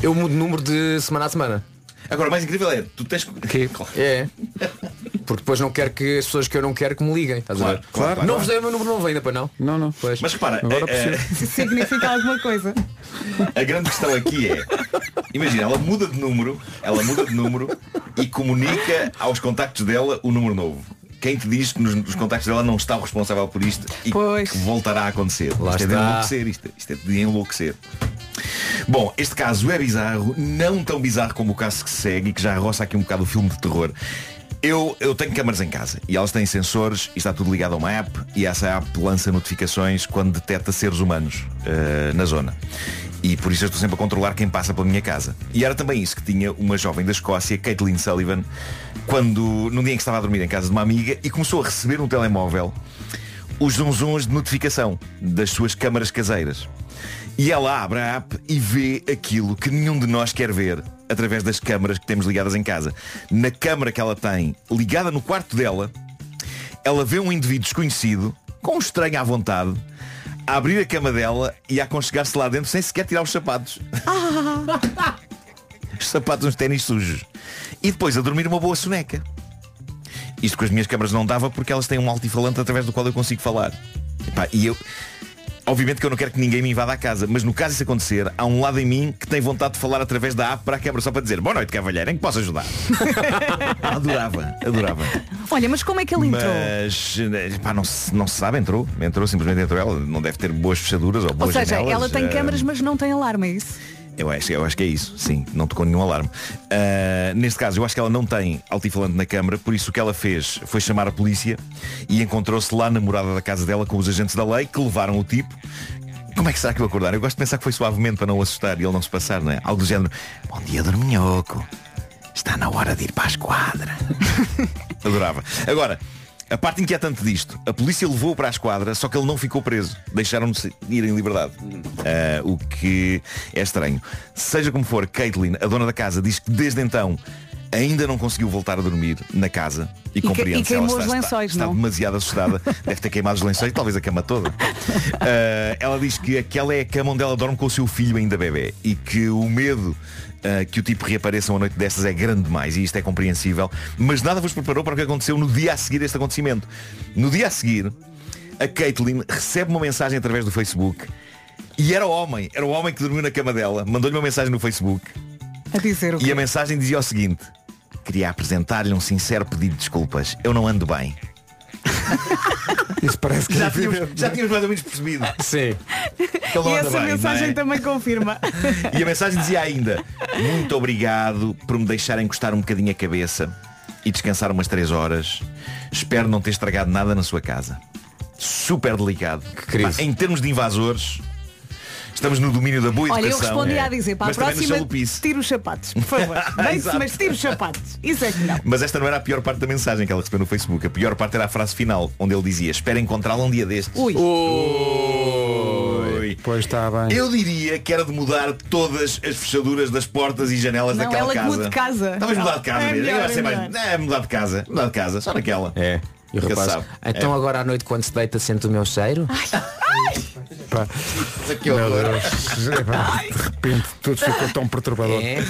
S5: É. Eu mudo número de semana a semana.
S6: Agora, o mais incrível é, tu tens que. Claro.
S5: É. Porque depois não quero que as pessoas que eu não quero que me liguem. Estás a ver?
S6: Claro, claro, claro.
S5: Não vos dei o meu número novo ainda, pois não?
S3: *laughs*
S1: Não, não.
S5: Pois.
S6: Mas repara, eh, eh,
S3: Isso significa alguma coisa.
S6: a grande questão aqui é, imagina, ela muda de número, ela muda de número e comunica aos contactos dela o número novo. Quem te diz que nos, nos contactos dela não está o responsável por isto e que voltará a acontecer?
S5: Lá
S6: isto é de
S5: está.
S6: enlouquecer, isto, isto é de enlouquecer. Bom, este caso é bizarro, não tão bizarro como o caso que se segue e que já roça aqui um bocado o filme de terror. Eu, eu tenho câmaras em casa e elas têm sensores e está tudo ligado a uma app e essa app lança notificações quando detecta seres humanos eh, na zona. E por isso eu estou sempre a controlar quem passa pela minha casa. E era também isso que tinha uma jovem da Escócia, Caitlin Sullivan, quando, num dia em que estava a dormir em casa de uma amiga e começou a receber um telemóvel os zunzuns de notificação das suas câmaras caseiras. E ela abre a app e vê aquilo que nenhum de nós quer ver através das câmaras que temos ligadas em casa. Na câmara que ela tem, ligada no quarto dela, ela vê um indivíduo desconhecido, com um estranho à vontade, a abrir a cama dela e a aconchegar-se lá dentro sem sequer tirar os sapatos.
S3: Ah.
S6: os sapatos uns ténis sujos. E depois a dormir uma boa soneca. Isto com as minhas câmaras não dava porque elas têm um altifalante através do qual eu consigo falar. Epá, e eu. Obviamente que eu não quero que ninguém me invada a casa, mas no caso isso acontecer, há um lado em mim que tem vontade de falar através da app para a câmara só para dizer boa noite, cavalheiro, em que posso ajudar? adorava, *laughs* adorava.
S3: Olha, mas como é que ele entrou?
S6: Mas eh, pá, não, se, não se sabe, entrou. Entrou, simplesmente entrou ela. Não deve ter boas fechaduras ou boas
S3: Ou seja,
S6: janelas,
S3: ela tem
S6: eh,
S3: câmaras, mas não tem alarme, é isso?
S6: eu acho, eu acho que é isso, sim, não tocou nenhum alarme. Ah, neste caso, eu acho que ela não tem altifalante na câmara, por isso o que ela fez foi chamar a polícia e encontrou-se lá na morada da casa dela com os agentes da lei que levaram o tipo. Como é que será que eu acordar? Eu gosto de pensar que foi suavemente para não o assustar e ele não se passar, não é? Algo do género. Bom dia, dorminhoco. Está na hora de ir para a esquadra. Adorava. Agora, a parte inquietante disto, a polícia levou-o para a esquadra, só que ele não ficou preso. Deixaram-no se- ir em liberdade. Ah, o que é estranho. Seja como for, Caitlin, a dona da casa, diz que desde então ainda não conseguiu voltar a dormir na casa e,
S3: E que- e
S6: compreende se ela
S3: queimou
S6: está,
S3: os
S6: está-
S3: lençóis,
S6: está
S3: não?
S6: demasiado assustada. *laughs* Deve ter queimado os lençóis, talvez a cama toda. Ah, ela diz que aquela é a cama onde ela dorme com o seu filho ainda bebê e que o medo ah, que o tipo reapareça uma noite destas é grande demais e isto é compreensível. Mas nada vos preparou para o que aconteceu no dia a seguir a este acontecimento. No dia a seguir, a Caitlin recebe uma mensagem através do Facebook e era o homem, era o homem que dormiu na cama dela, mandou-lhe uma mensagem no Facebook
S3: A dizer o
S6: e a mensagem dizia o seguinte Queria apresentar-lhe um sincero pedido de desculpas. Eu não ando bem.
S1: Isso parece
S6: *laughs* já, tínhamos, *laughs* já tínhamos mais ou menos percebido. Sim.
S3: E essa
S6: é?
S3: mensagem também
S6: *laughs*
S3: confirma.
S6: E a mensagem dizia ainda Muito obrigado por me deixar encostar um bocadinho a cabeça E descansar umas três horas Espero não ter estragado nada na sua casa Super delicado Pá, Em termos de invasores Estamos no domínio da boa
S3: Olha, eu
S6: educação
S3: respondi a dizer, para a
S6: é. mas também
S3: próxima,
S6: do chalupice.
S3: tira os sapatos, por
S6: *laughs*
S3: favor. Deite-se,
S6: Exato.
S3: mas tira os sapatos. Isso é que não.
S6: Mas esta não era a pior parte da mensagem que ela recebeu no Facebook A pior parte era a frase final Onde ele dizia Espero encontrá-la um dia destes
S3: Ui.
S6: Ui.
S1: Pois está bem.
S6: Eu diria que era de mudar todas as fechaduras das portas e janelas
S3: Não, ela
S6: daquela
S3: que
S6: casa.
S3: mude de casa.
S6: Talvez mudar de casa
S3: É
S6: mesmo.
S3: melhor,
S6: Agora
S3: é
S6: sei
S3: melhor.
S6: mais. É, mudar de casa. Mudar de casa. Só naquela.
S5: É. E o
S6: Nunca
S5: rapaz,
S6: se sabe.
S5: então
S6: É.
S5: agora à noite quando se deita sente o meu cheiro?
S1: Pá.
S6: é Que horror.
S1: De repente tudo ficou tão perturbador.
S6: É.
S5: É.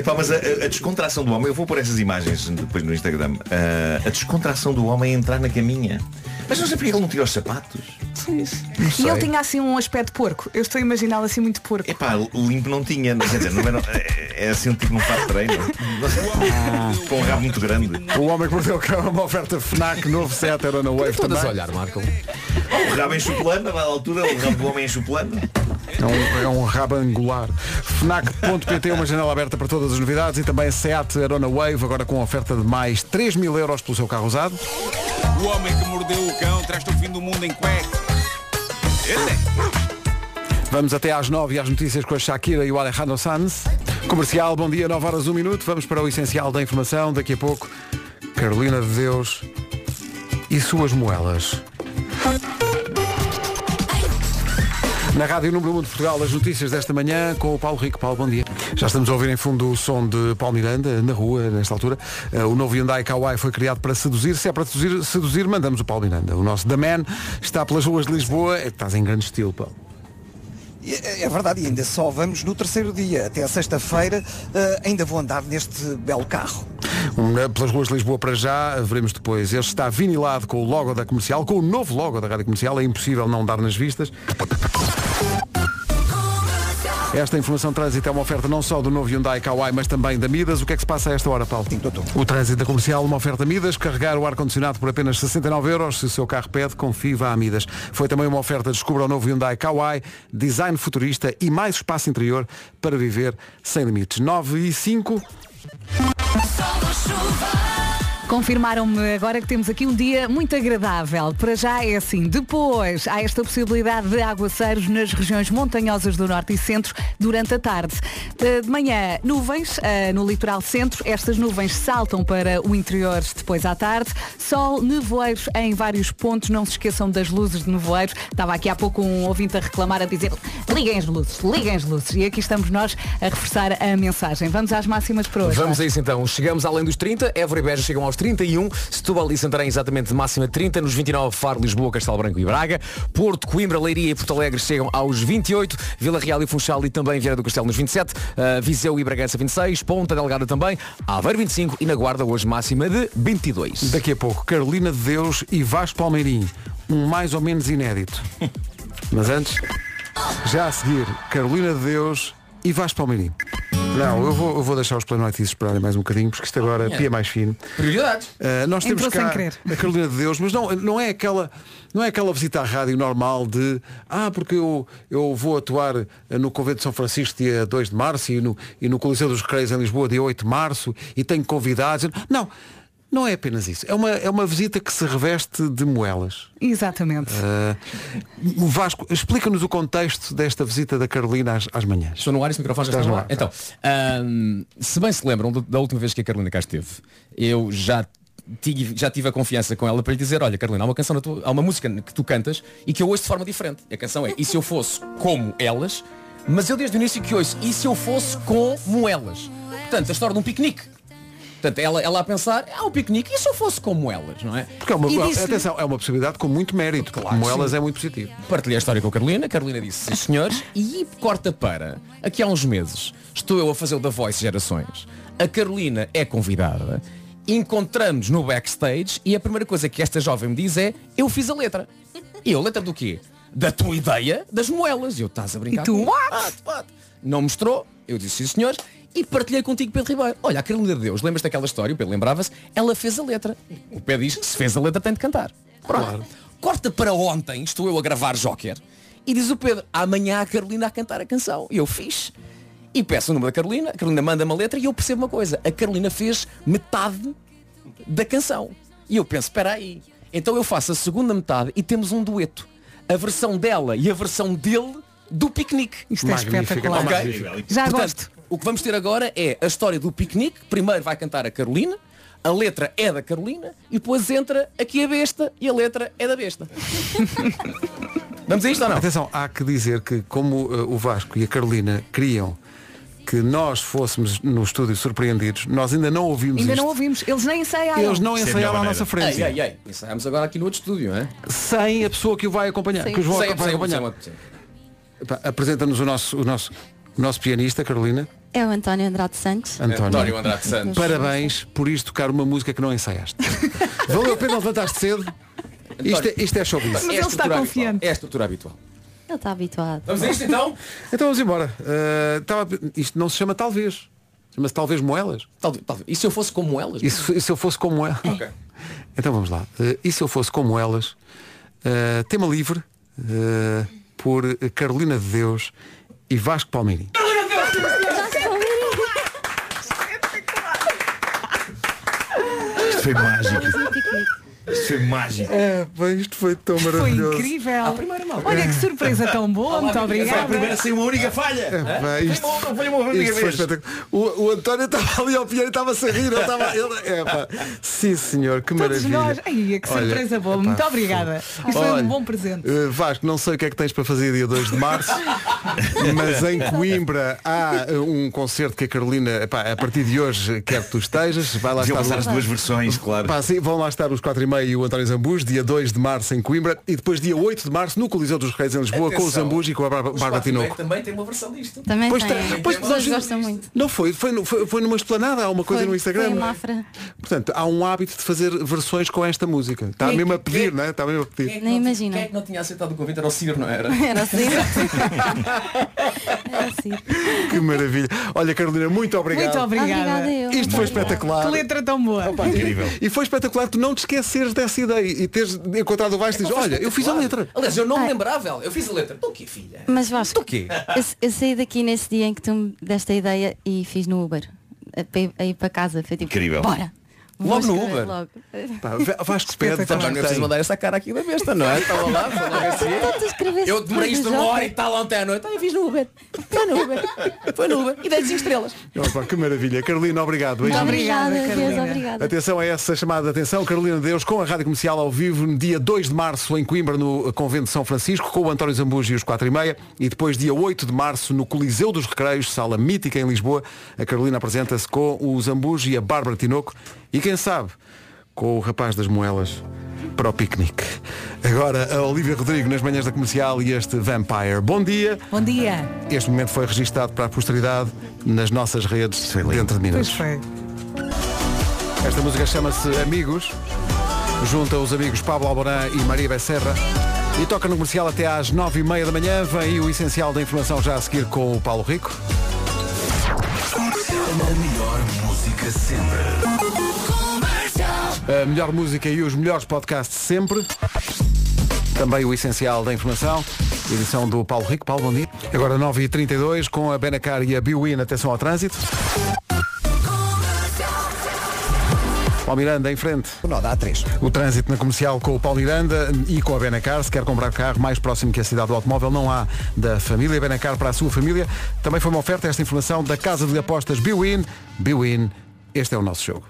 S6: Epá, mas a, a- a descontração do homem, eu vou pôr essas imagens depois no Instagram. Ah, a descontração do homem é entrar na caminha. Mas não sei porque ele não tirou os sapatos. Não
S3: E
S6: sei.
S3: ele tinha assim um aspecto porco. Eu estou a imaginá-lo assim muito porco.
S6: Epá, limpo não tinha, não- quer dizer, não era, é, é assim um tipo num fato de treino. Com um rabo muito grande.
S1: O homem que mordeu o cão é uma oferta FNAC novo 7 era na Wave
S6: Todas
S1: também.
S6: a olhar, Marco. O rabo em chuplana, na altura, o rabo do homem em chuplana.
S1: É um, é um rabo angular. FNAC.pt, uma janela aberta para todas as novidades e também Seat Arona Wave, agora com oferta de mais 3 mil euros pelo seu carro usado.
S16: O homem que mordeu o cão traz-te o fim do mundo em cuecas.
S1: Vamos até às 9 e às notícias com a Shakira e o Alejandro Sanz. Comercial, bom dia, 9 horas 1 minuto. Vamos para o essencial da informação. Daqui a pouco, Carolina de Deus e suas moelas. Na Rádio Número 1 de Portugal, as notícias desta manhã com o Paulo Rico. Paulo, bom dia. Já estamos a ouvir em fundo o som de Paulo Miranda, na rua, nesta altura. Eh, O novo Hyundai Kauai foi criado para seduzir. Se é para seduzir, seduzir mandamos o Paulo Miranda. O nosso The Man está pelas ruas de Lisboa. Eh, Estás em grande estilo, Paulo.
S2: E É é verdade, e ainda só vamos no terceiro dia. Até a sexta-feira eh, ainda vou andar neste belo carro.
S1: Um, Pelas ruas de Lisboa para já, veremos depois. Este está vinilado com o logo da comercial, com o novo logo da rádio comercial, é impossível não dar nas vistas. Esta informação de trânsito é uma oferta não só do novo Hyundai Kauai, mas também da Midas. O que é que se passa a esta hora, Paulo? O trânsito da comercial, uma oferta Midas. Carregar o ar-condicionado por apenas 69 euros. Se o seu carro pede, confie vá a Midas. Foi também uma oferta Descubra o novo Hyundai Kauai, design futurista e mais espaço interior para viver sem limites. 9 e 5.
S3: Confirmaram-me agora que temos aqui um dia muito agradável. Para já é assim. Depois há esta possibilidade de aguaceiros nas regiões montanhosas do norte e centro durante a tarde. Eh, De manhã, nuvens eh, no litoral centro. Estas nuvens saltam para o interior depois à tarde. Sol, nevoeiros em vários pontos. Não se esqueçam das luzes de nevoeiros. Estava aqui há pouco um ouvinte a reclamar, a dizer liguem as luzes, liguem as luzes. E aqui estamos nós a reforçar a mensagem. Vamos às máximas para hoje.
S5: Vamos a isso então. Chegamos além dos 30, Évora e Beja chegam aos 31, Setúbal e Santarém exatamente de máxima 30, nos 29 Faro, Lisboa, Castelo Branco e Braga, Porto, Coimbra, Leiria e Porto Alegre chegam aos 28, Vila Real e Funchal e também Vieira do Castelo nos 27, eh, Viseu e Bragança 26, Ponta Delgada também, Aveiro 25 e na Guarda hoje máxima de 22.
S1: Daqui a pouco, Carolina de Deus e Vasco Palmeirim. Um mais ou menos inédito. Mas antes, já a seguir, Carolina de Deus e Vasco Palmeirim. Não, eu vou, eu vou deixar os planoites esperarem mais um bocadinho, porque isto agora
S5: Yeah.
S1: pia mais fino.
S5: Prioridades.
S1: Ah, nós temos
S5: Entrou sem
S1: cá
S5: querer.
S1: a Carolina de Deus, mas não, não, é aquela, não é aquela visita à rádio normal de ah, porque eu, eu vou atuar eh, no Convento de São Francisco dia 2 de março e no, e no Coliseu dos Recreios em Lisboa dia 8 de março e tenho convidados. Não, não é apenas isso. É uma, é uma visita que se reveste de moelas.
S3: Exatamente.
S1: Ah, o Vasco, explica-nos o contexto desta visita da Carolina às, às manhãs.
S18: Estou no ar, esse microfone já
S1: Estás
S18: está
S1: no
S18: no
S1: ar.
S18: ar. Então, ahm, se bem se lembram do- da última vez que a Carolina cá esteve, eu já tive, já tive a confiança com ela para lhe dizer, olha Carolina, há uma canção, na tua- há uma música que tu cantas e que eu ouço de forma diferente. E a canção é E se eu fosse como elas, mas eu desde o início que ouço E se eu fosse como elas. Portanto, a história de um piquenique. Portanto, ela, ela a pensar, ah, um piquenique, e se eu fosse como elas, não é?
S1: Porque é uma,
S18: E disse-lhe-
S1: atenção, é uma possibilidade com muito mérito, porque moelas
S18: sim.
S1: é muito positivo.
S18: Partilhei a história com a Carolina, a Carolina disse "Sim, senhores, e corta para, aqui há uns meses, estou eu a fazer o da Voice Gerações, a Carolina é convidada, encontramos no backstage e a primeira coisa que esta jovem me diz é, eu fiz a letra. E eu, letra do quê? Da tua ideia das moelas. E eu, estás a brincar?
S3: E tu,
S18: comigo?"
S3: what?
S18: "Ah, what? Não mostrou, eu disse sim senhores,
S5: e partilhei contigo, Pedro Ribeiro. Olha, a Carolina de Deus, lembras daquela história? O Pedro lembrava-se, ela fez a letra. O Pedro diz, se fez a letra tem de cantar. Pronto. Corta para ontem, estou eu a gravar Joker, e diz o Pedro, amanhã a Carolina a cantar a canção. E eu fiz. E peço o número da Carolina, a Carolina manda-me a letra e eu percebo uma coisa. A Carolina fez metade da canção. E eu penso, espera aí. Então eu faço a segunda metade e temos um dueto. A versão dela e a versão dele do piquenique.
S3: Isto é Magnífico, espetacular.
S5: Ok?
S3: magnífico. Já
S5: Ah, Portanto,
S3: gosto.
S5: O que vamos ter agora é a história do piquenique. Primeiro vai cantar a Carolina. A letra é da Carolina e depois entra aqui a besta e a letra é da
S1: *laughs*
S5: besta. Vamos a isto ou não?
S1: Atenção, há que dizer que como eh, o Vasco e a Carolina queriam que nós fôssemos no estúdio surpreendidos, nós ainda não ouvimos
S3: Ainda
S1: isto.
S3: não ouvimos. Eles nem ensaiaram.
S1: Eles não ensaiaram à nossa frente.
S5: Ei, ei, ei. Ensaiamos agora aqui no outro estúdio, é?
S1: Sem a pessoa que o vai acompanhar. Que os vai
S5: Sem-
S1: vai
S5: sem-
S1: acompanhar.
S5: sem-
S1: Pá, Apresenta-nos o nosso, o, nosso, o nosso pianista, Carolina.
S19: É o António Andrade Santos.
S1: António.
S5: António Andrade Santos.
S1: Parabéns por isto tocar uma música que não
S3: *laughs*
S1: ensaiaste. Valeu a pena levantar-te cedo. Isto é, isto é
S3: *laughs*
S1: showbiz.
S5: Mas ele está confiante. É a estrutura habitual.
S19: Ele está habituado.
S5: Vamos a isto então?
S1: Então vamos embora. Eh, estava a pe- isto não se chama talvez. Chama-se talvez moelas.
S5: Talvez, E se eu fosse como elas?
S1: E se, e se eu fosse como elas? *laughs* Então vamos lá. Eh, e se eu fosse como elas? Eh, tema livre eh, por Carolina de Deus e Vasco Palmeirim.
S10: Isto foi mágico. Isto foi mágico.
S1: É, isto foi tão
S3: Foi
S1: maravilhoso.
S3: incrível. Olha que surpresa tão boa. Muito
S10: Foi a
S3: obrigada.
S10: primeira sem uma única falha.
S1: É, pá, isto-
S10: Foi uma- foi uma única
S1: Isto foi
S10: vez.
S1: espetacular. o, o António estava ali ao piano e estava a rir. Ele estava, ele, é, pá. Sim, senhor, que
S3: Todos
S1: maravilha.
S3: nós. Ai, que
S1: Olha, é,
S3: surpresa boa.
S1: epá,
S3: Muito obrigada. Isto foi
S1: Olha,
S3: um bom presente.
S1: eh, Vasco, não sei o que é que tens para fazer dia 2
S5: *laughs*
S1: de março, mas em Coimbra há eh, um concerto que a Carolina, epá, a partir de hoje, quer que tu estejas, vai lá
S10: Deviam
S1: estar.
S10: passar as duas versões, claro.
S1: Pá, sim, vão lá estar os 4 e meia e o António Zambus, dia 2 de março em Coimbra e depois dia 8 de março no Coliseu dos Reis em Lisboa com o
S5: Atenção.
S1: Zambus e com a Bárbara
S5: Os
S1: Bárbara
S5: quatro
S1: Tinoco.
S5: meio também tem uma versão disto.
S19: Também
S1: Pois
S19: tem.
S1: tem, pois
S19: As pessoas
S1: nós-
S19: gostam muito.
S1: Não foi, foi, no- foi, foi numa esplanada, há uma coisa
S19: Foi-
S1: no Instagram.
S19: foi
S3: é?
S19: em Mafra.
S1: Portanto, há um hábito de fazer versões com esta música. Está
S5: Quem-
S1: mesmo a pedir,
S5: quem-
S1: não é? Está mesmo a pedir.
S5: Quem é que
S19: Nem
S5: não-
S19: imagino.
S5: Quem é que não tinha aceitado o convite? Era o Ciro, não *laughs* era?
S19: Era
S3: *laughs*
S19: assim.
S1: Que maravilha. Olha, Carolina, muito obrigado.
S3: Muito obrigada.
S19: Obrigada eu.
S1: Isto foi
S19: Muito bom.
S1: espetacular.
S3: Que letra tão boa.
S1: E foi espetacular tu não te esqueceres dessa ideia e teres encontrado o Vasco e dizes, olha, eu fiz a letra.
S5: Aliás, eu não me
S19: Ai.
S5: lembrava. Eu fiz a letra. Pô, que filha. Ah.
S19: Mas Vasco,
S1: quê?
S19: eu, eu saí daqui nesse dia em que tu me deste a ideia e fiz no Uber. A, para ir- a ir para casa. Foi tipo,
S10: Incrível.
S19: bora. Vou
S5: Logo no
S19: escrever
S5: Uber?
S19: Logo.
S1: Pá, Vasco pede,
S5: Também não é preciso mandar essa cara aqui da besta, não é? Estava *laughs* lá, foi logo assim.
S19: Então Tu escreveste
S5: Eu demorei isto uma
S19: Joker.
S5: hora e tal ontem à noite. Ah, Eu fiz no Uber. Foi no Uber. Foi no Uber. E dei 5 estrelas.
S1: Oh, pá, que maravilha. Carolina, obrigado.
S19: Muito
S1: Beijinhos.
S19: Obrigada,
S3: Obrigada,
S19: Deus,
S3: Carolina.
S19: obrigada.
S1: Atenção a essa chamada de atenção, Carolina Deus, com a Rádio Comercial ao vivo, no dia 2 de março em Coimbra, no Convento de São Francisco, com o António Zambujo e os 4 e meia, e depois dia 8 de março no Coliseu dos Recreios, sala mítica em Lisboa, a Carolina apresenta-se com o Zambujo e a Bárbara Tinoco, e quem sabe, com o rapaz das moelas para o piquenique. Agora a Olivia Rodrigo nas manhãs da Comercial e este Vampire. Bom dia.
S3: Bom dia.
S1: Este momento foi registado para a posteridade nas nossas redes dentro de
S3: Pois
S1: minutos.
S3: foi.
S1: Esta música chama-se Amigos. Junta os amigos Pablo Alborã e Maria Becerra. E toca no comercial até às nove e meia da manhã. Vem o essencial da informação já a seguir com o Paulo Rico.
S11: A melhor música sempre.
S1: A melhor música e os melhores podcasts sempre. Também o essencial da informação. Edição do Paulo Rico. Paulo, bom dia. Agora 9h32 com a Benacar e a Biwin. Atenção ao trânsito. Paulo Miranda, em frente.
S20: O nó dá a 3.
S1: O trânsito na comercial com o Paulo Miranda e com a Benacar. Se quer comprar carro mais próximo que a cidade do automóvel, não há da família Benacar para a sua família. Também foi uma oferta esta informação da Casa de Apostas Biwin. Biwin, este é o nosso jogo.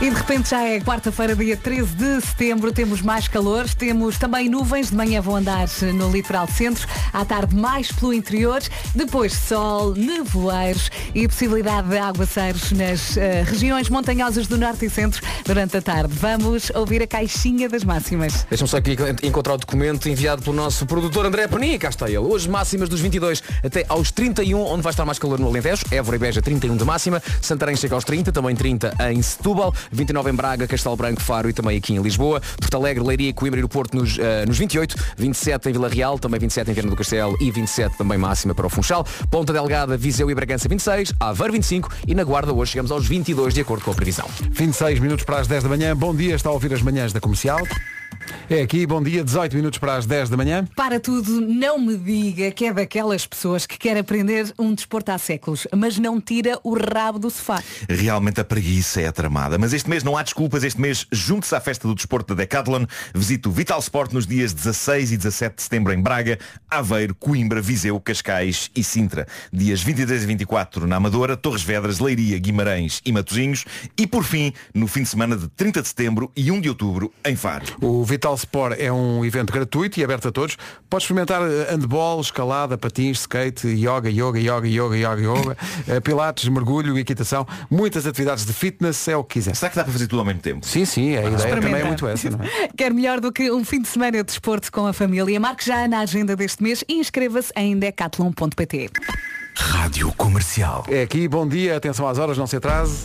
S3: E de repente já é quarta-feira, dia 13 de setembro, temos mais calor, temos também nuvens, de manhã vão andar no litoral centro, à tarde mais pelo interior, depois sol, nevoeiros e possibilidade de aguaceiros nas eh, regiões montanhosas do norte e centro durante a tarde. Vamos ouvir a caixinha das máximas.
S21: Deixa-me só aqui encontrar o documento enviado pelo nosso produtor André Perninha. Cá está ele. Hoje máximas dos 22 até aos 31, onde vai estar mais calor no Alentejo. Évora e Beja 31 de máxima. Santarém chega aos 30, também 30 em Setúbal.
S5: 29 em Braga, Castelo Branco, Faro e também aqui em Lisboa, Porto Alegre, Leiria, Coimbra e no Porto nos, eh, nos 28, 27 em Vila Real, também 27 em Viana do Castelo e 27 também máxima para o Funchal, Ponta Delgada, Viseu e Bragança 26, Aveiro 25 e na Guarda hoje chegamos aos 22 de acordo com a previsão.
S1: 26 minutos para as 10 da manhã. Bom dia, está a ouvir as manhãs da comercial. É aqui, bom dia, 18 minutos para as 10 da manhã.
S3: Para tudo, não me diga que é daquelas pessoas que quer aprender um desporto há séculos, mas não tira o rabo do sofá.
S6: Realmente a preguiça é tramada. Mas este mês não há desculpas. Este mês junte-se à festa do desporto da Decathlon. Visite o Vital Sport nos dias 16 e 17 de setembro em Braga, Aveiro, Coimbra, Viseu, Cascais e Sintra. Dias 23 e 24 na Amadora, Torres Vedras, Leiria, Guimarães e Matosinhos. E por fim, no fim de semana de 30 de setembro e 1 de outubro em Faro.
S1: O Vital Sport é um evento gratuito e aberto a todos. Podes experimentar eh, handball, escalada, patins, skate, yoga, yoga, yoga, yoga, yoga, *laughs* yoga, eh, pilates, mergulho, equitação, muitas atividades de fitness, é o que quiser.
S6: Será que dá para fazer tudo ao mesmo tempo?
S1: Sim, sim, a ideia também é
S3: Experimenta.
S1: muito essa, não é?
S3: *laughs* Quer melhor do que um fim de semana de desporto com a família? Marque já na agenda deste mês e inscreva-se em decathlon.pt.
S1: Rádio Comercial. É aqui, bom dia, atenção às horas, não se atrase.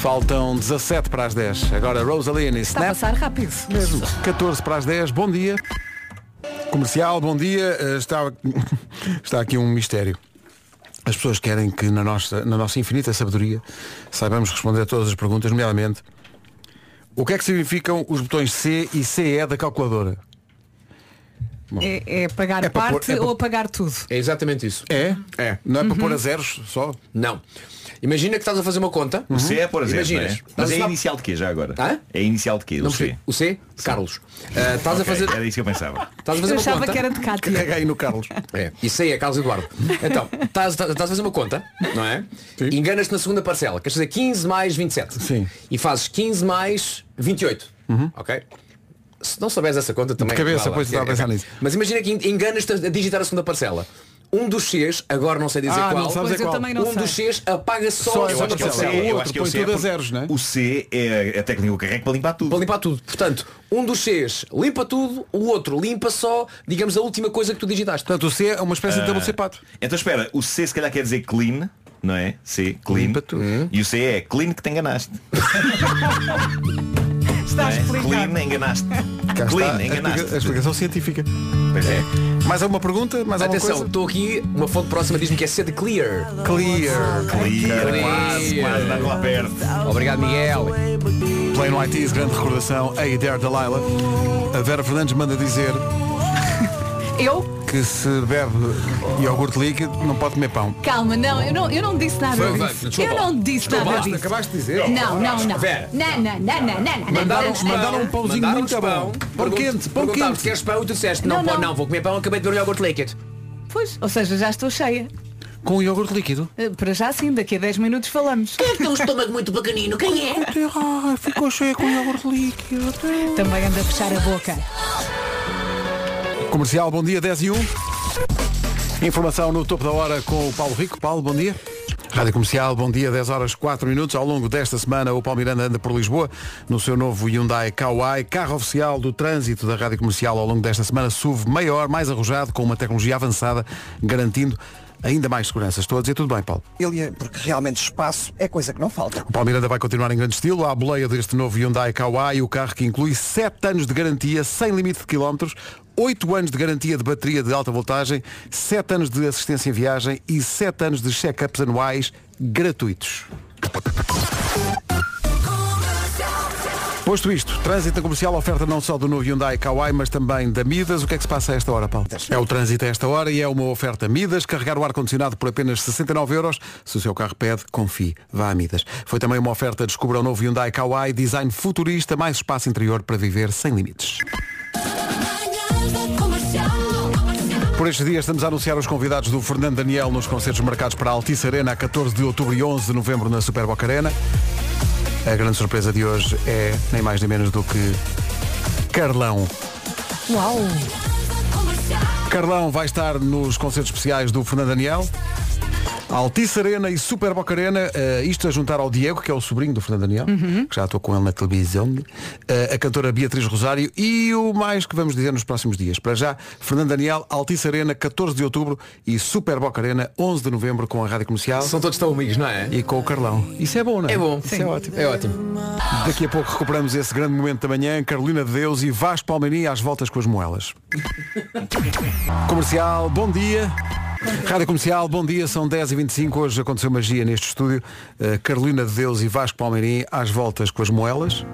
S1: Faltam 17 para as 10. Agora Rosaline e
S3: Está a
S1: Snap.
S3: passar rápido.
S1: Né? Mesmo. 14 para as 10, bom dia. Comercial, bom dia. Eh, Está, *laughs* está aqui um mistério. As pessoas querem que na nossa, na nossa infinita sabedoria saibamos responder a todas as perguntas, nomeadamente o que é que significam os botões C e CE da calculadora?
S3: É, é pagar
S1: É para
S3: parte
S1: pôr- é para-
S3: ou pagar tudo?
S18: É exatamente isso.
S1: É?
S18: É.
S1: Não é para
S18: Uhum.
S1: pôr a zeros só?
S18: Não. Imagina que estás a fazer uma conta.
S5: Uhum. Hum?
S6: O C é por exemplo,
S18: Imaginas.
S6: não é? Mas é
S18: Estás a-
S6: inicial de quê já agora?
S18: Hã?
S6: É inicial de quê?
S18: Não
S6: O C.
S18: percebi. O C? Carlos. Ah, estás a
S6: Ok,
S18: fazer.
S6: Era isso que eu pensava.
S18: Estás a fazer
S3: Eu
S18: uma
S3: achava
S18: conta.
S3: que era de Cátia.
S1: Carrega aí no Carlos.
S18: É, isso aí é Carlos Eduardo. Então, estás, estás estás a fazer uma conta, não é? Enganas-te na segunda parcela. Queres fazer 15 mais 27. Sim. E fazes 15 mais 28. Ok? Se não souberes essa conta também.
S1: Uhum. De cabeça,
S18: vá lá.
S1: pois, estava a pensar
S18: é,
S1: nisso.
S18: Mas imagina que en- enganas-te a digitar a segunda parcela. Um dos Cs, agora não sei dizer
S1: Ah,
S18: qual.
S1: não sabes Pois, é eu qual. também não
S18: um
S1: sei.
S18: dos Cs apaga só,
S1: *laughs* Só
S18: a
S1: eu acho
S18: segunda
S1: que é o C,
S18: parcela.
S1: eu
S18: O
S1: acho que é o C, porque
S6: O C é a técnica que é para limpar tudo.
S18: Para limpar tudo. Portanto, um dos Cs limpa tudo, o outro limpa só, digamos, a última coisa que tu digitaste.
S1: Portanto, o C é uma espécie de
S6: Ah,
S1: double sapato.
S6: Então espera, o C se calhar quer dizer clean, não é? C, clean. E o C é clean que te enganaste. Não
S3: *laughs* Está
S6: é? Clean, enganaste. Clean,
S1: Cá está Tá? a explica- a
S6: enganaste.
S1: explicação científica.
S6: Pois é.
S1: Mais alguma pergunta? Mais alguma
S18: Atenção,
S1: coisa?
S18: estou aqui, uma fonte próxima diz-me que é C de Clear.
S1: Clear.
S6: Clear, quase, quase, estás lá perto.
S18: Obrigado, Miguel.
S1: Play no ITs, grande recordação. Hey there, Delilah. A Vera Fernandes manda dizer
S3: Eu?
S1: que se bebe iogurte líquido não pode comer pão.
S3: Calma, não, eu não, eu não disse nada
S1: Foi, vai,
S3: disso.
S1: desculpa.
S3: eu não disse
S1: Desculpa,
S3: nada
S1: basta,
S3: disso.
S1: acabaste de dizer.
S3: Não, não, não.
S18: Vera.
S3: Não, não, não, não, não, não.
S18: Mandaram,
S3: não, não,
S18: mandaram um
S3: não.
S18: pãozinho muito pão. Pão quente, pão quente. queres pão e tu disseste, não,
S3: Não,
S18: pão, não.
S3: não.
S18: vou comer pão, acabei de ver o iogurte líquido.
S3: Pois, ou seja, já estou cheia.
S1: Com iogurte líquido?
S3: Eh, Para já sim, daqui a 10 minutos falamos. Quem é que tem um estômago muito pequenino? Quem é?
S1: ficou cheia com iogurte líquido.
S3: Também anda a fechar a boca.
S1: Comercial, bom dia, 10 e 1. Informação no topo da hora com o Paulo Rico. Paulo, bom dia. Rádio Comercial, bom dia, 10 horas 4 minutos. Ao longo desta semana, o Paulo Miranda anda por Lisboa no seu novo Hyundai Kauai, carro oficial do trânsito da Rádio Comercial. Ao longo desta semana, SUV maior, mais arrojado, com uma tecnologia avançada, garantindo ainda mais segurança. Estou a dizer tudo bem, Paulo?
S2: Ilha, é, porque realmente espaço é coisa que não falta.
S1: O Palmeiranda vai continuar em grande estilo. Há a boleia deste novo Hyundai Kauai, o carro que inclui 7 anos de garantia, sem limite de quilómetros, 8 anos de garantia de bateria de alta voltagem, 7 anos de assistência em viagem e 7 anos de check-ups anuais gratuitos. Posto isto, trânsito na comercial oferta não só do novo Hyundai Kauai, mas também da Midas. O que é que se passa a esta hora, Paulo? É o trânsito a esta hora e é uma oferta Midas. Carregar o ar-condicionado por apenas 69 euros. Se o seu carro pede, confie. Vá a Midas. Foi também uma oferta descubra o novo Hyundai Kauai, design futurista, mais espaço interior para viver sem limites. Por estes dias estamos a anunciar os convidados do Fernando Daniel nos concertos marcados para a Altice Arena a 14 de outubro e 11 de novembro na Super Boca Arena. A grande surpresa de hoje é nem mais nem menos do que Carlão.
S3: Uau!
S1: Carlão vai estar nos concertos especiais do Fernando Daniel. Altice Arena e Super Boca Arena, eh, isto a juntar ao Diego, que é o sobrinho do Fernando Daniel,
S3: Uhum.
S1: que já estou com ele na televisão, eh, a cantora Beatriz Rosário e o mais que vamos dizer nos próximos dias. Para já, Fernando Daniel, Altice Arena, 14 de outubro e Super Boca Arena, 11 de novembro com a Rádio Comercial. São
S5: todos tão amigos, não é?
S1: E com o Carlão. Isso é bom, não é?
S5: É bom.
S1: Isso
S5: Sim.
S1: é ótimo.
S5: É ótimo.
S1: Daqui a pouco recuperamos esse grande momento da manhã, Carolina de Deus e Vasco Palmeirinho às voltas com as moelas. Comercial, bom dia. Rádio Comercial, bom dia, são 10h25, hoje aconteceu magia neste estúdio. Uh, Carolina de Deus e Vasco Palmeirim às voltas com as moelas,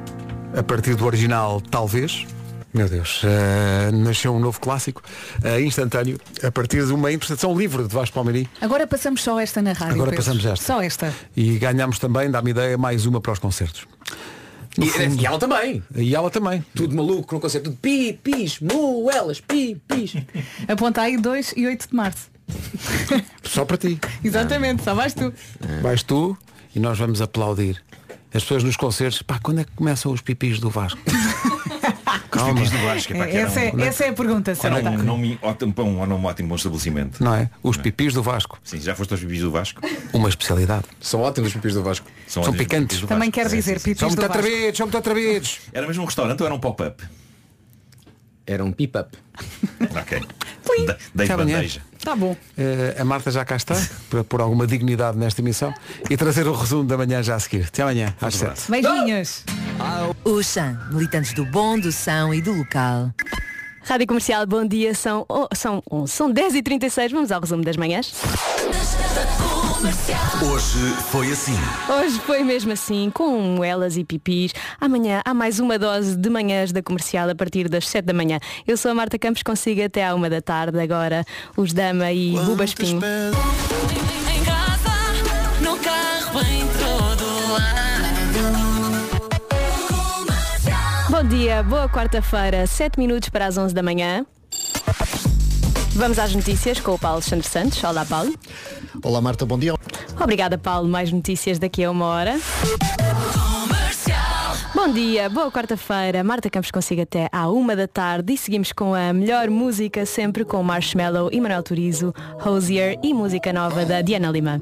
S1: a partir do original Talvez. Meu Deus, uh, nasceu um novo clássico, uh, instantâneo, a partir de uma interpretação livre de Vasco Palmeirim.
S3: Agora passamos só esta na rádio.
S1: Agora
S3: Pedro.
S1: passamos esta.
S3: Só esta.
S1: E ganhámos também, dá-me ideia, mais uma para os concertos. No
S5: E,
S1: fundo-
S5: e ela também.
S1: E ela também.
S5: Tudo maluco, no conceito de pi, pis, moelas, pi, pis.
S3: Aponta aí 2 e 8 de março.
S1: Só para ti.
S3: Exatamente, só vais tu.
S1: Vais tu e nós vamos aplaudir. As pessoas nos concertos, pá, quando é que começam os pipis do Vasco? *laughs* Calma.
S6: Os pipis do Vasco, epá, que era
S3: Essa é,
S6: um-
S3: essa é a pergunta,
S6: Era
S3: certa.
S6: um nome ótimo, pão, um nome ótimo, bom estabelecimento.
S1: Não é? Os pipis do Vasco.
S6: Sim, já foste aos pipis do Vasco?
S1: Uma especialidade.
S5: São ótimos os pipis do Vasco.
S6: São,
S1: São
S6: ótimos
S1: picantes.
S6: pipis do
S3: Também
S6: Vasco.
S3: quer
S6: Sim,
S3: dizer
S6: sim, sim.
S3: pipis do Vasco.
S1: são muito atrevidos.
S6: Era mesmo um restaurante ou era um pop-up?
S5: Era um pip-up.
S6: ok. Da- Dei
S1: Até amanhã.
S6: bandeja.
S3: Tá bom.
S1: Eh, a Marta já cá está, para pôr alguma dignidade nesta emissão. E trazer o resumo da manhã já a seguir. Até amanhã, às sete.
S3: Beijinhos.
S22: O Chan, militantes do bom, do são e do local.
S23: Rádio Comercial, bom dia, são, oh, são, oh, são 10h36, vamos ao resumo das manhãs.
S15: Hoje foi assim.
S23: Hoje foi mesmo assim, com moelas e pipis. Amanhã há mais uma dose de manhãs da comercial a partir das 7 da manhã. Eu sou a Marta Campos, consigo até à 1 da tarde. Agora os Dama e Buba Espinho.
S12: Em casa, no carro, em todo lado.
S23: Bom dia, boa quarta-feira, 7 minutos para as 11 da manhã. Vamos às notícias com o Paulo Alexandre Santos. Olá, Paulo.
S24: Olá Marta, bom dia.
S23: Obrigada, Paulo. Mais notícias daqui a uma hora. Bom dia, boa quarta-feira. Marta Campos consigo até à uma da tarde e seguimos com a melhor música sempre com Marshmallow e Manuel Turizo, Rosier e música nova da Diana Lima.